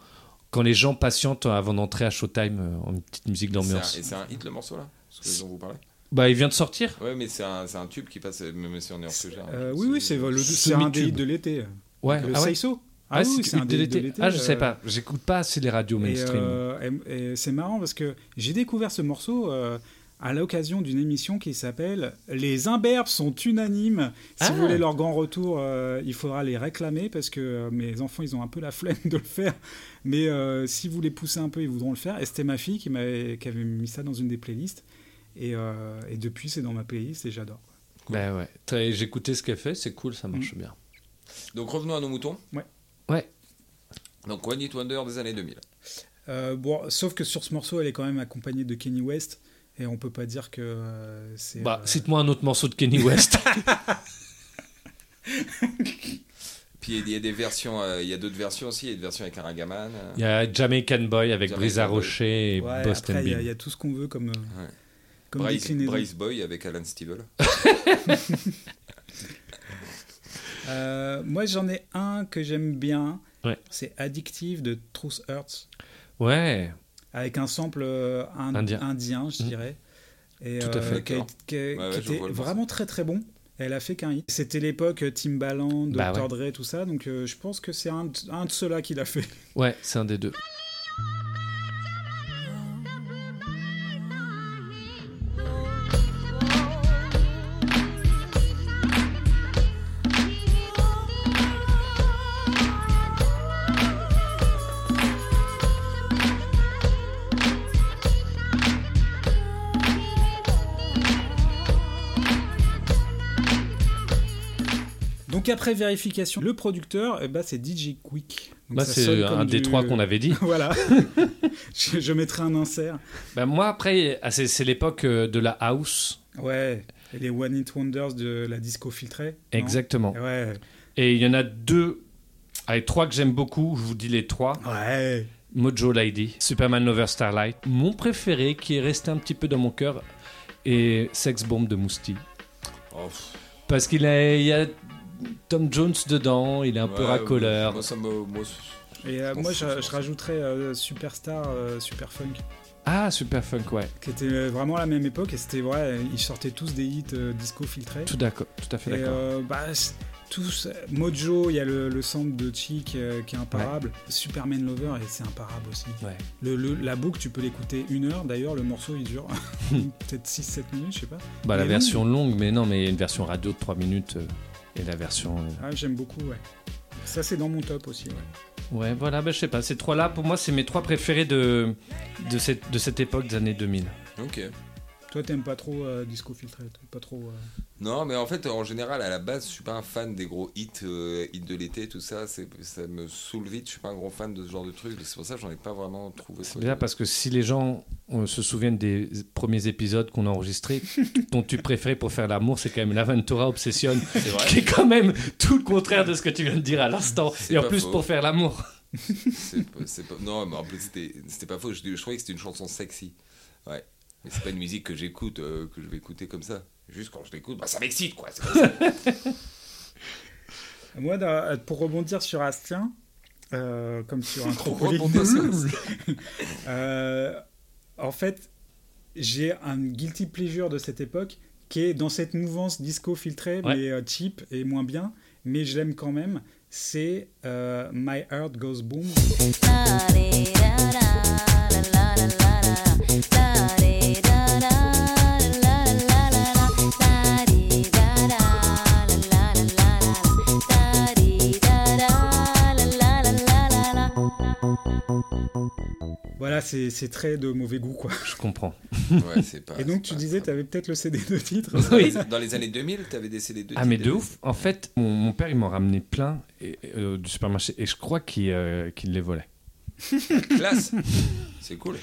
C: quand les gens patientent euh, avant d'entrer à Showtime euh, en une petite musique d'ambiance.
D: C'est un- et c'est un hit le morceau là Ce que- dont vous parlez
C: Bah, il vient de sortir.
D: Ouais, mais c'est un, c'est un tube qui passe, même si on est hors sujet. hein.
E: Euh, oui, oui, c'est le- c'est un des hits de l'été.
C: Ouais.
E: Le
C: ah ouais.
E: Seiso.
C: Ah,
E: oui,
C: c'est
E: c'est un
C: une
E: des
C: de
E: hits de
C: l'été.
E: l'été.
C: Ah, je sais
E: euh,
C: pas. J'écoute pas assez les radios
E: Et,
C: mainstream.
E: euh, et- et c'est marrant parce que j'ai découvert ce morceau euh, à l'occasion d'une émission qui s'appelle Les imberbes sont unanimes. Si
C: Ah.
E: vous voulez leur grand retour, euh, il faudra les réclamer parce que euh, mes enfants, ils ont un peu la flemme de le faire. Mais euh, si vous les poussez un peu, ils voudront le faire. Et c'était ma fille qui, m'avait- qui avait mis ça dans une des playlists. Et, euh, et depuis, c'est dans ma playlist et j'adore.
C: Bah ouais. Très- J'ai écouté ce qu'elle fait, c'est cool, ça marche
E: Mhm.
C: bien.
D: Donc revenons à nos moutons.
E: Ouais.
C: Ouais.
D: Donc One Hit Wonder des années 2000.
E: Euh, bon, sauf que sur ce morceau, elle est quand même accompagnée de Kenny West. Et on peut pas dire que euh, c'est.
C: Bah, cite-moi un autre morceau de Kenny West.
D: Puis il y a des versions, euh, il y a d'autres versions aussi. Il y a une version avec un ragaman. euh.
C: Il y a Jamaican Boy avec
D: Jamaican
C: Brisa
D: Boy.
C: Rocher et
E: Ouais,
C: Boston
E: après, il y, a-
C: Beat.
E: il y a tout ce qu'on veut comme, euh,
D: Ouais.
E: comme
D: Brace,
E: déclinaison.
D: Brace Boy avec Alan Stivell.
E: Euh, moi, j'en ai un que j'aime bien.
C: Ouais.
E: C'est Addictive de Truth Hurts,
C: Ouais.
E: avec un sample euh, ind-
C: Indien. Mhm.
E: indien. je dirais. Et, euh,
C: Tout à fait.
E: qui a- qui a-
D: Ouais, ouais,
E: qui
D: je
E: était
D: vois le morceau.
E: vraiment très très bon. Et Elle a fait qu'un hit. C'était l'époque Timbaland, Dr.
C: Bah ouais.
E: Dre, tout ça. Donc euh, je pense que c'est un, de- un de ceux-là qu'il a fait.
C: Ouais, c'est un des deux.
E: Donc après vérification, le producteur, eh ben, c'est DJ Quick. Donc,
C: Bah,
E: ça
C: c'est
E: sonne
C: un
E: comme
C: des
E: du-
C: trois qu'on avait dit.
E: voilà. je, je mettrai un insert.
C: Bah, moi, après, ah, c'est c'est l'époque euh, de la house.
E: Ouais, et les One Hit Wonders de la disco filtrée. non
C: Exactement.
E: Ouais.
C: Et il y en a deux, allez, trois que j'aime beaucoup, je vous dis les trois.
E: Ouais.
C: Mojo Lady, Superman Over Starlight, mon préféré qui est resté un petit peu dans mon cœur, et Sex Bomb de Mousti.
D: Oh, pff,
C: Parce qu'il a- il y a Tom Jones dedans, il est un peu
D: ouais,
C: racoleur.
D: Moi, ça me- moi,
E: Et euh,
D: m'en
E: moi,
D: fous,
E: je,
D: je
E: je rajouterais euh, Superstar, euh, Super Funk,
C: Ah, super funk, ouais.
E: qui était euh, vraiment à la même époque. Et c'était vrai, ils sortaient tous des hits euh, disco filtrés.
C: Tout, d'accord, tout à fait
E: Et
C: d'accord.
E: euh, bah, c- tous, euh, Mojo, il y a le, le sample de Chic euh, qui est imparable. Superman Lover, et c'est imparable aussi.
D: euh,
C: Ouais.
E: Le, le- la boucle, tu peux l'écouter une heure. D'ailleurs, le morceau, il dure peut-être 6-7 minutes, je sais pas.
C: Bah,
E: Il
C: la
E: est
C: version
E: long.
C: longue, mais non, mais il y a une version radio de 3 minutes euh, et la version. euh,
E: Ah, J'aime beaucoup, ouais. Ça, c'est dans mon top aussi, ouais.
C: Ouais, voilà, bah, je sais pas. Ces trois-là, pour moi, c'est mes trois préférés de, de, cette, de cette époque des années 2000.
D: Ok.
E: Toi, t'aimes pas trop euh, disco filtré, t'aimes pas trop. euh,
D: Non, mais en fait, en général, à la base, je suis pas un fan des gros hits, euh, hits de l'été, tout ça. c'est- Ça me saoule vite. Je suis pas un gros fan de ce genre de truc. C'est pour ça que j'en ai pas vraiment trouvé.
C: C'est bizarre parce que si les gens euh, se souviennent des premiers épisodes qu'on a enregistrés, ton tube préféré pour faire l'amour, c'est quand même l'Aventura Obsession,
D: vrai.
C: qui est quand même tout le contraire de ce que tu viens de dire à l'instant.
D: C'est
C: Et en
D: pas
C: plus,
D: faux.
C: pour faire l'amour.
D: C'est pas- c'est pas- Non, mais en plus, c'était c'était pas faux. Je, je trouvais que c'était une chanson sexy. Ouais. Mais c'est pas une musique que j'écoute, euh, que je vais écouter comme ça. Juste quand je l'écoute, bah, ça m'excite, quoi. c'est comme ça.
E: Moi, dans- euh, pour rebondir sur Astien, euh, comme sur un
D: Pour
E: crocodile.
D: rebondir sur
E: Euh, en fait, j'ai un guilty pleasure de cette époque qui est dans cette mouvance disco filtrée,
C: Ouais.
E: mais euh, cheap et moins bien, mais je l'aime quand même. C'est euh, My Heart Goes Boom. Voilà, c'est c'est très de mauvais goût, quoi.
C: Je comprends.
D: Ouais, c'est pas.
E: et donc, tu disais, tu avais peut-être le CD de titre.
C: Oui.
D: Dans les années 2000, t'avais des CD de
C: Ah,
D: type
C: mais
D: des-
C: de ouf. En fait, mon, mon père, il m'en ramenait plein et- et, euh, du supermarché et je crois qu'il euh, qu'il les volait.
D: Classe C'est cool.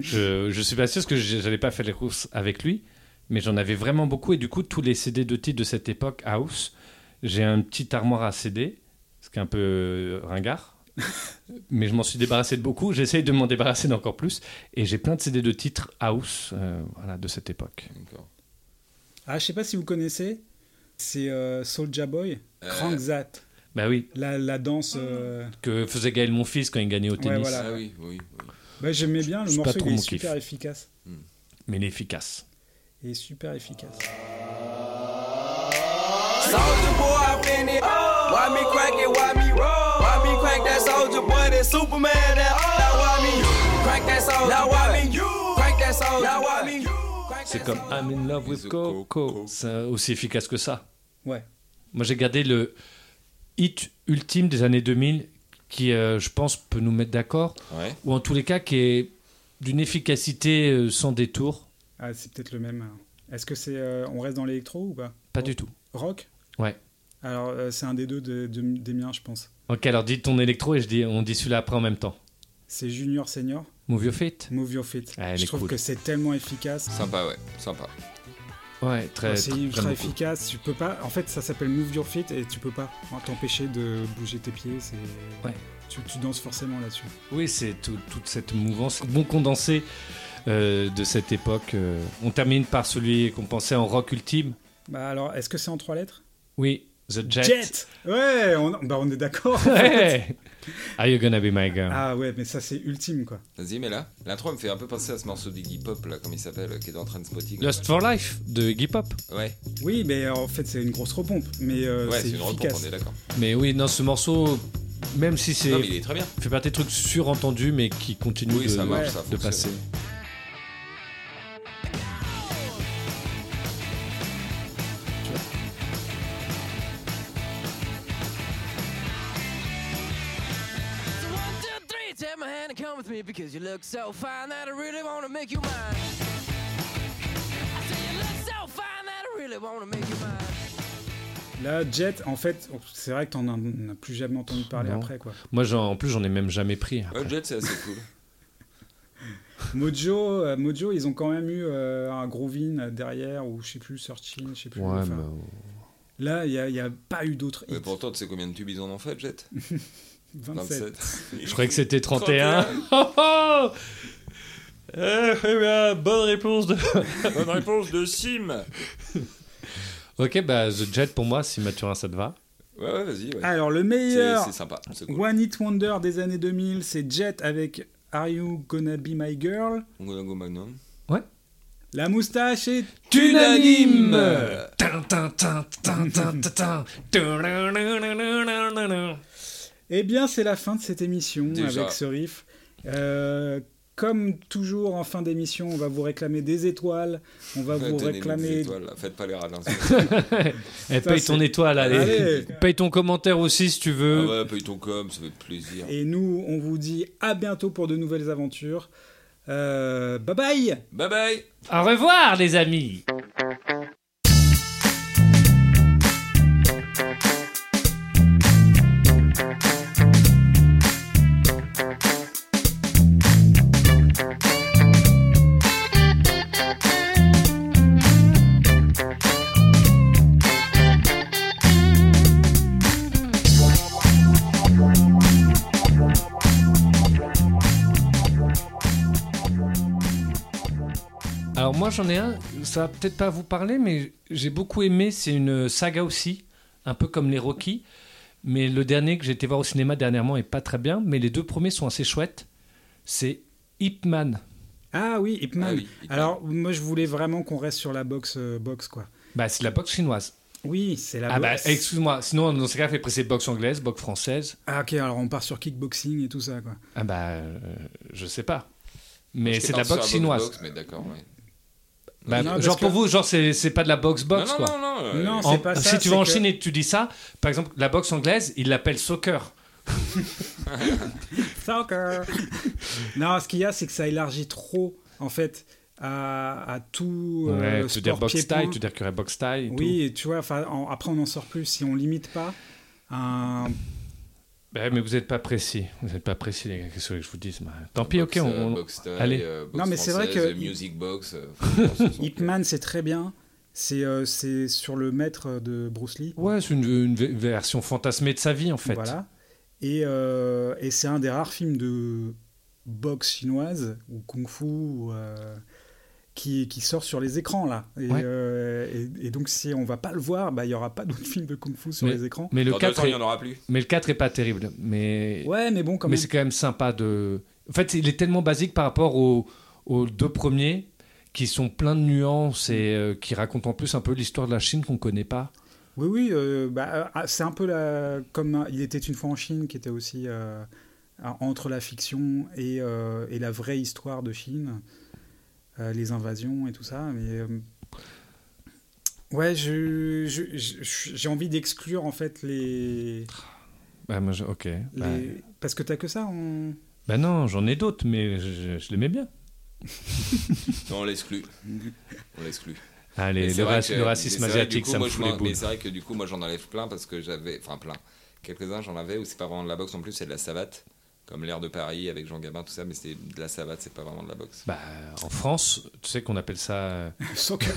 C: Je, je suis pas sûr parce que j'ai- j'avais pas fait les courses avec lui, mais j'en avais vraiment beaucoup. Et du coup, tous les CD de titres de cette époque, House, j'ai un petit armoire à CD, ce qui est un peu euh, ringard. mais je m'en suis débarrassé de beaucoup. J'essaye de m'en débarrasser d'encore plus. Et j'ai plein de CD de titres House euh, voilà, de cette époque.
D: D'accord.
C: Euh.
E: Ah, je sais pas si vous connaissez, c'est euh, Soulja Boy, Crank That.
C: Bah oui.
E: La, la danse.
C: Ah.
E: euh,
C: Que faisait Gaël mon fils quand il gagnait au
E: Ouais,
C: tennis.
E: voilà. Ah oui,
D: oui,
E: bah, J'aimais bien le
C: C'est pas
E: morceau,
C: trop
E: il est
C: mon
E: super
C: kiff.
E: efficace.
C: Mais il est efficace.
E: Il est super efficace.
T: Soldier boy, I'm in it. Why me crack it? Why me roll? Why me crack that soldier boy? That Superman? That now why me crack that soldier? Now why me you crack that soldier? Now why me you?
C: C'est comme I'm in love with Coco. C'est aussi efficace que ça.
E: Ouais.
C: Moi, j'ai gardé le hit ultime des années 2000 qui, euh, je pense, peut nous mettre d'accord.
D: Ouais.
C: Ou en tous les cas, qui est d'une efficacité euh, sans détour.
E: Ah, c'est peut-être le même. alors. Est-ce que c'est. euh, on reste dans l'électro ou pas
C: Pas du tout.
E: Rock
C: Ouais.
E: Alors, euh, c'est un des deux de- de- des miens, je pense.
C: Ok, alors dis ton électro et je dis, on dit celui-là après en même temps.
E: C'est Junior Senior.
C: Move your feet.
E: Move your feet.
C: Ah, elle
E: je
C: est
E: trouve
C: cool.
E: que c'est tellement efficace.
D: Sympa, ouais, sympa.
C: Ouais, très,
E: ah, c'est
C: très-
E: ultra
C: j'aime beaucoup.
E: efficace. Tu peux pas. En fait, ça s'appelle Move Your Feet et tu peux pas hein, t'empêcher de bouger tes pieds. C'est. Tu, tu danses forcément là-dessus.
C: Oui, c'est tout- toute cette mouvance, bon condensé euh, de cette époque. euh. on termine par celui qu'on pensait en rock ultime.
E: Bah alors, est-ce que c'est en trois lettres
C: Oui, The Jet.
E: Ouais, on, bah, on est d'accord. en fait.
C: Ouais. Are you gonna be my girl?
E: Ah ouais, mais ça c'est ultime quoi.
D: Vas-y, mais là, l'intro elle me fait un peu penser à ce morceau d'Iggy Pop, là, comme il s'appelle, euh, qui est dans Trainspotting.
C: Lost for Life de Iggy Pop.
D: Ouais.
E: Oui, mais euh, en fait c'est une grosse repompe, mais euh,
D: Ouais,
E: c'est
D: c'est une repompe,
E: efficace.
D: on est d'accord.
C: Mais oui, non, ce morceau, même si c'est.
D: Non, mais il est très bien.
C: Fait partie des trucs surentendus, mais qui continuent
D: Oui,
C: de,
D: ça marche, ça
C: de
D: fonctionne.
C: passer.
T: So one, two, three, take my hand and come with me because you look so fine that I really want to make you mine. I say you look so fine that I really want to make you mine.
E: Là, Jet, en fait, oh, c'est vrai que t'en as- on n'a plus jamais entendu parler
C: Non.
E: après quoi.
C: Moi, j'en- en plus, j'en ai même jamais pris. après.
D: Ouais, Jet, c'est assez cool.
E: Mojo, euh, Mojo, ils ont quand même eu euh, un Groovin derrière ou je sais plus Searching, je sais plus.
C: Ouais,
E: enfin.
C: mais-
E: Là, il n'y a, pas eu d'autres
D: Mais pourtant, tu sais combien de tubes ils en ont fait, Jet
E: 27.
C: Je croyais que c'était 31. Oh, oh Eh, eh bien, bonne réponse de.
D: Bonne réponse de Sim
C: ok, bah, The Jet pour moi, si Mathurin ça te va.
D: Ouais, ouais, vas-y. ouais.
E: Alors, le meilleur
D: C'est c'est sympa. c'est cool.
E: One Hit Wonder des années 2000, c'est Jet avec Are You Gonna Be My Girl
D: On go, on go, Magnum.
E: La moustache est
C: unanime
D: Euh,
E: Eh bien, c'est la fin de cette émission
D: Déjà.
E: avec ce riff. Euh, comme toujours en fin d'émission, on va vous réclamer des étoiles, on va vous
D: Donnez-nous des
E: réclamer
D: étoiles, là. Faites pas les radins.
E: Euh.
C: Eh,
E: Ça,
C: paye
E: c'est-
C: ton étoile, allez.
E: Allez.
C: Paye ton commentaire aussi si tu
D: Ah
C: veux.
D: ouais, paye ton com, ça fait plaisir.
E: et nous, on vous dit à bientôt pour de nouvelles aventures. Euh, bye bye
D: Bye bye
C: Au revoir, les amis. Alors moi j'en ai un, ça va peut-être pas vous parler, mais j'ai beaucoup aimé, c'est une saga aussi, un peu comme les Rocky, mais le dernier que j'ai été voir au cinéma dernièrement est pas très bien, mais les deux premiers sont assez chouettes, c'est Ip Man.
E: Ah oui, Ip Man.
C: Ah oui, Ip Man.
E: Alors, moi, je voulais vraiment qu'on reste sur la boxe, euh, boxe quoi.
C: Bah c'est la boxe chinoise.
E: Oui, c'est la
C: Ah bah
E: boxe.
C: excuse-moi, sinon dans ce cas fait presser boxe anglaise, boxe française,
E: Ah ok, alors on part sur kickboxing et tout ça, quoi.
C: ah bah euh, je sais pas. Mais
D: Parce que
C: c'est de la
D: parti sur
C: boxe
D: la
C: chinoise.
D: boxe, mais d'accord, ouais.
C: Bah,
E: Non, parce
C: genre pour
E: que-
C: vous, genre c'est c'est pas de la boxe boxe
D: Non, non,
C: quoi.
D: non, non, euh, Non,
C: En-
D: c'est pas ça,
C: Si tu vas
D: c'est
C: en
D: que-
C: Chine et tu dis ça, par exemple la boxe anglaise, ils l'appellent soccer.
E: Soccer. non, ce qu'il y a, c'est que ça élargit trop, en fait, à, à tout euh,
C: Ouais, tu veux dire
E: sport
C: box
E: pied-point.
C: style, tu veux dire qu'il y aurait box style. et
E: Oui, et tu vois, enfin, en- après, on n'en sort plus. Si on limite pas un...
C: tout. Ouais, Ben mais vous n'êtes pas précis. Vous n'êtes pas précis, les gars. Qu'est-ce que vous voulez que je vous dise moi Tant pis,
D: Boxe,
C: ok. On,
D: euh,
C: on-
D: boxe style,
C: Allez.
D: euh, boxe
E: Non, mais c'est vrai
D: française,
E: que-
D: Music box. euh,
E: Hitman, c'est très bien. C'est euh, c'est sur le maître de Bruce Lee.
C: Ouais, c'est une, une v- version fantasmée de sa vie, en fait.
E: Voilà. Et, euh, et c'est un des rares films de boxe chinoise ou kung fu ou, euh, qui, qui sort sur les écrans là. Et,
C: Ouais.
E: euh, et- et donc si on va pas le voir, bah il y aura pas d'autres films de kung-fu sur
C: mais,
E: les écrans.
C: Mais le 4 est-
I: il y en aura plus.
C: Mais le 4 est pas terrible. Mais
E: Ouais, mais bon, quand
C: Mais
E: même.
C: c'est quand même sympa de. En fait, il est tellement basique par rapport aux, aux deux premiers qui sont pleins de nuances et euh, qui racontent en plus un peu l'histoire de la Chine qu'on connaît pas.
E: Oui, oui, euh, bah, euh, c'est un peu la, comme euh, Il était une fois en Chine, qui était aussi euh, entre la fiction et, euh, et la vraie histoire de Chine, euh, les invasions et tout ça. Mais euh, ouais, je- je- je- j'ai envie d'exclure en fait les,
C: Bah, moi, je- ok.
E: les-
C: Bah,
E: parce que t'as que ça. en-
C: bah non, j'en ai d'autres, mais je, je- je l'aimais bien.
I: Non, on l'exclut. On l'exclut.
C: Allez,
I: Mais
C: le
I: c'est vrai
C: rac-
I: que-
C: le racisme
I: mais c'est vrai que
C: asiatique,
I: du coup,
C: ça me
I: moi,
C: fout
I: je
C: les
I: m'en-
C: boules.
I: Mais c'est vrai que du coup, moi, j'en enlève plein parce que j'avais. Enfin, plein. Quelques-uns, j'en avais où c'est pas vraiment de la boxe en plus, c'est de la savate. Comme l'air de Paris avec Jean Gabin, tout ça, mais c'est de la savate, c'est pas vraiment de la boxe.
C: euh, Bah, en France, tu sais qu'on appelle ça.
E: Soccer.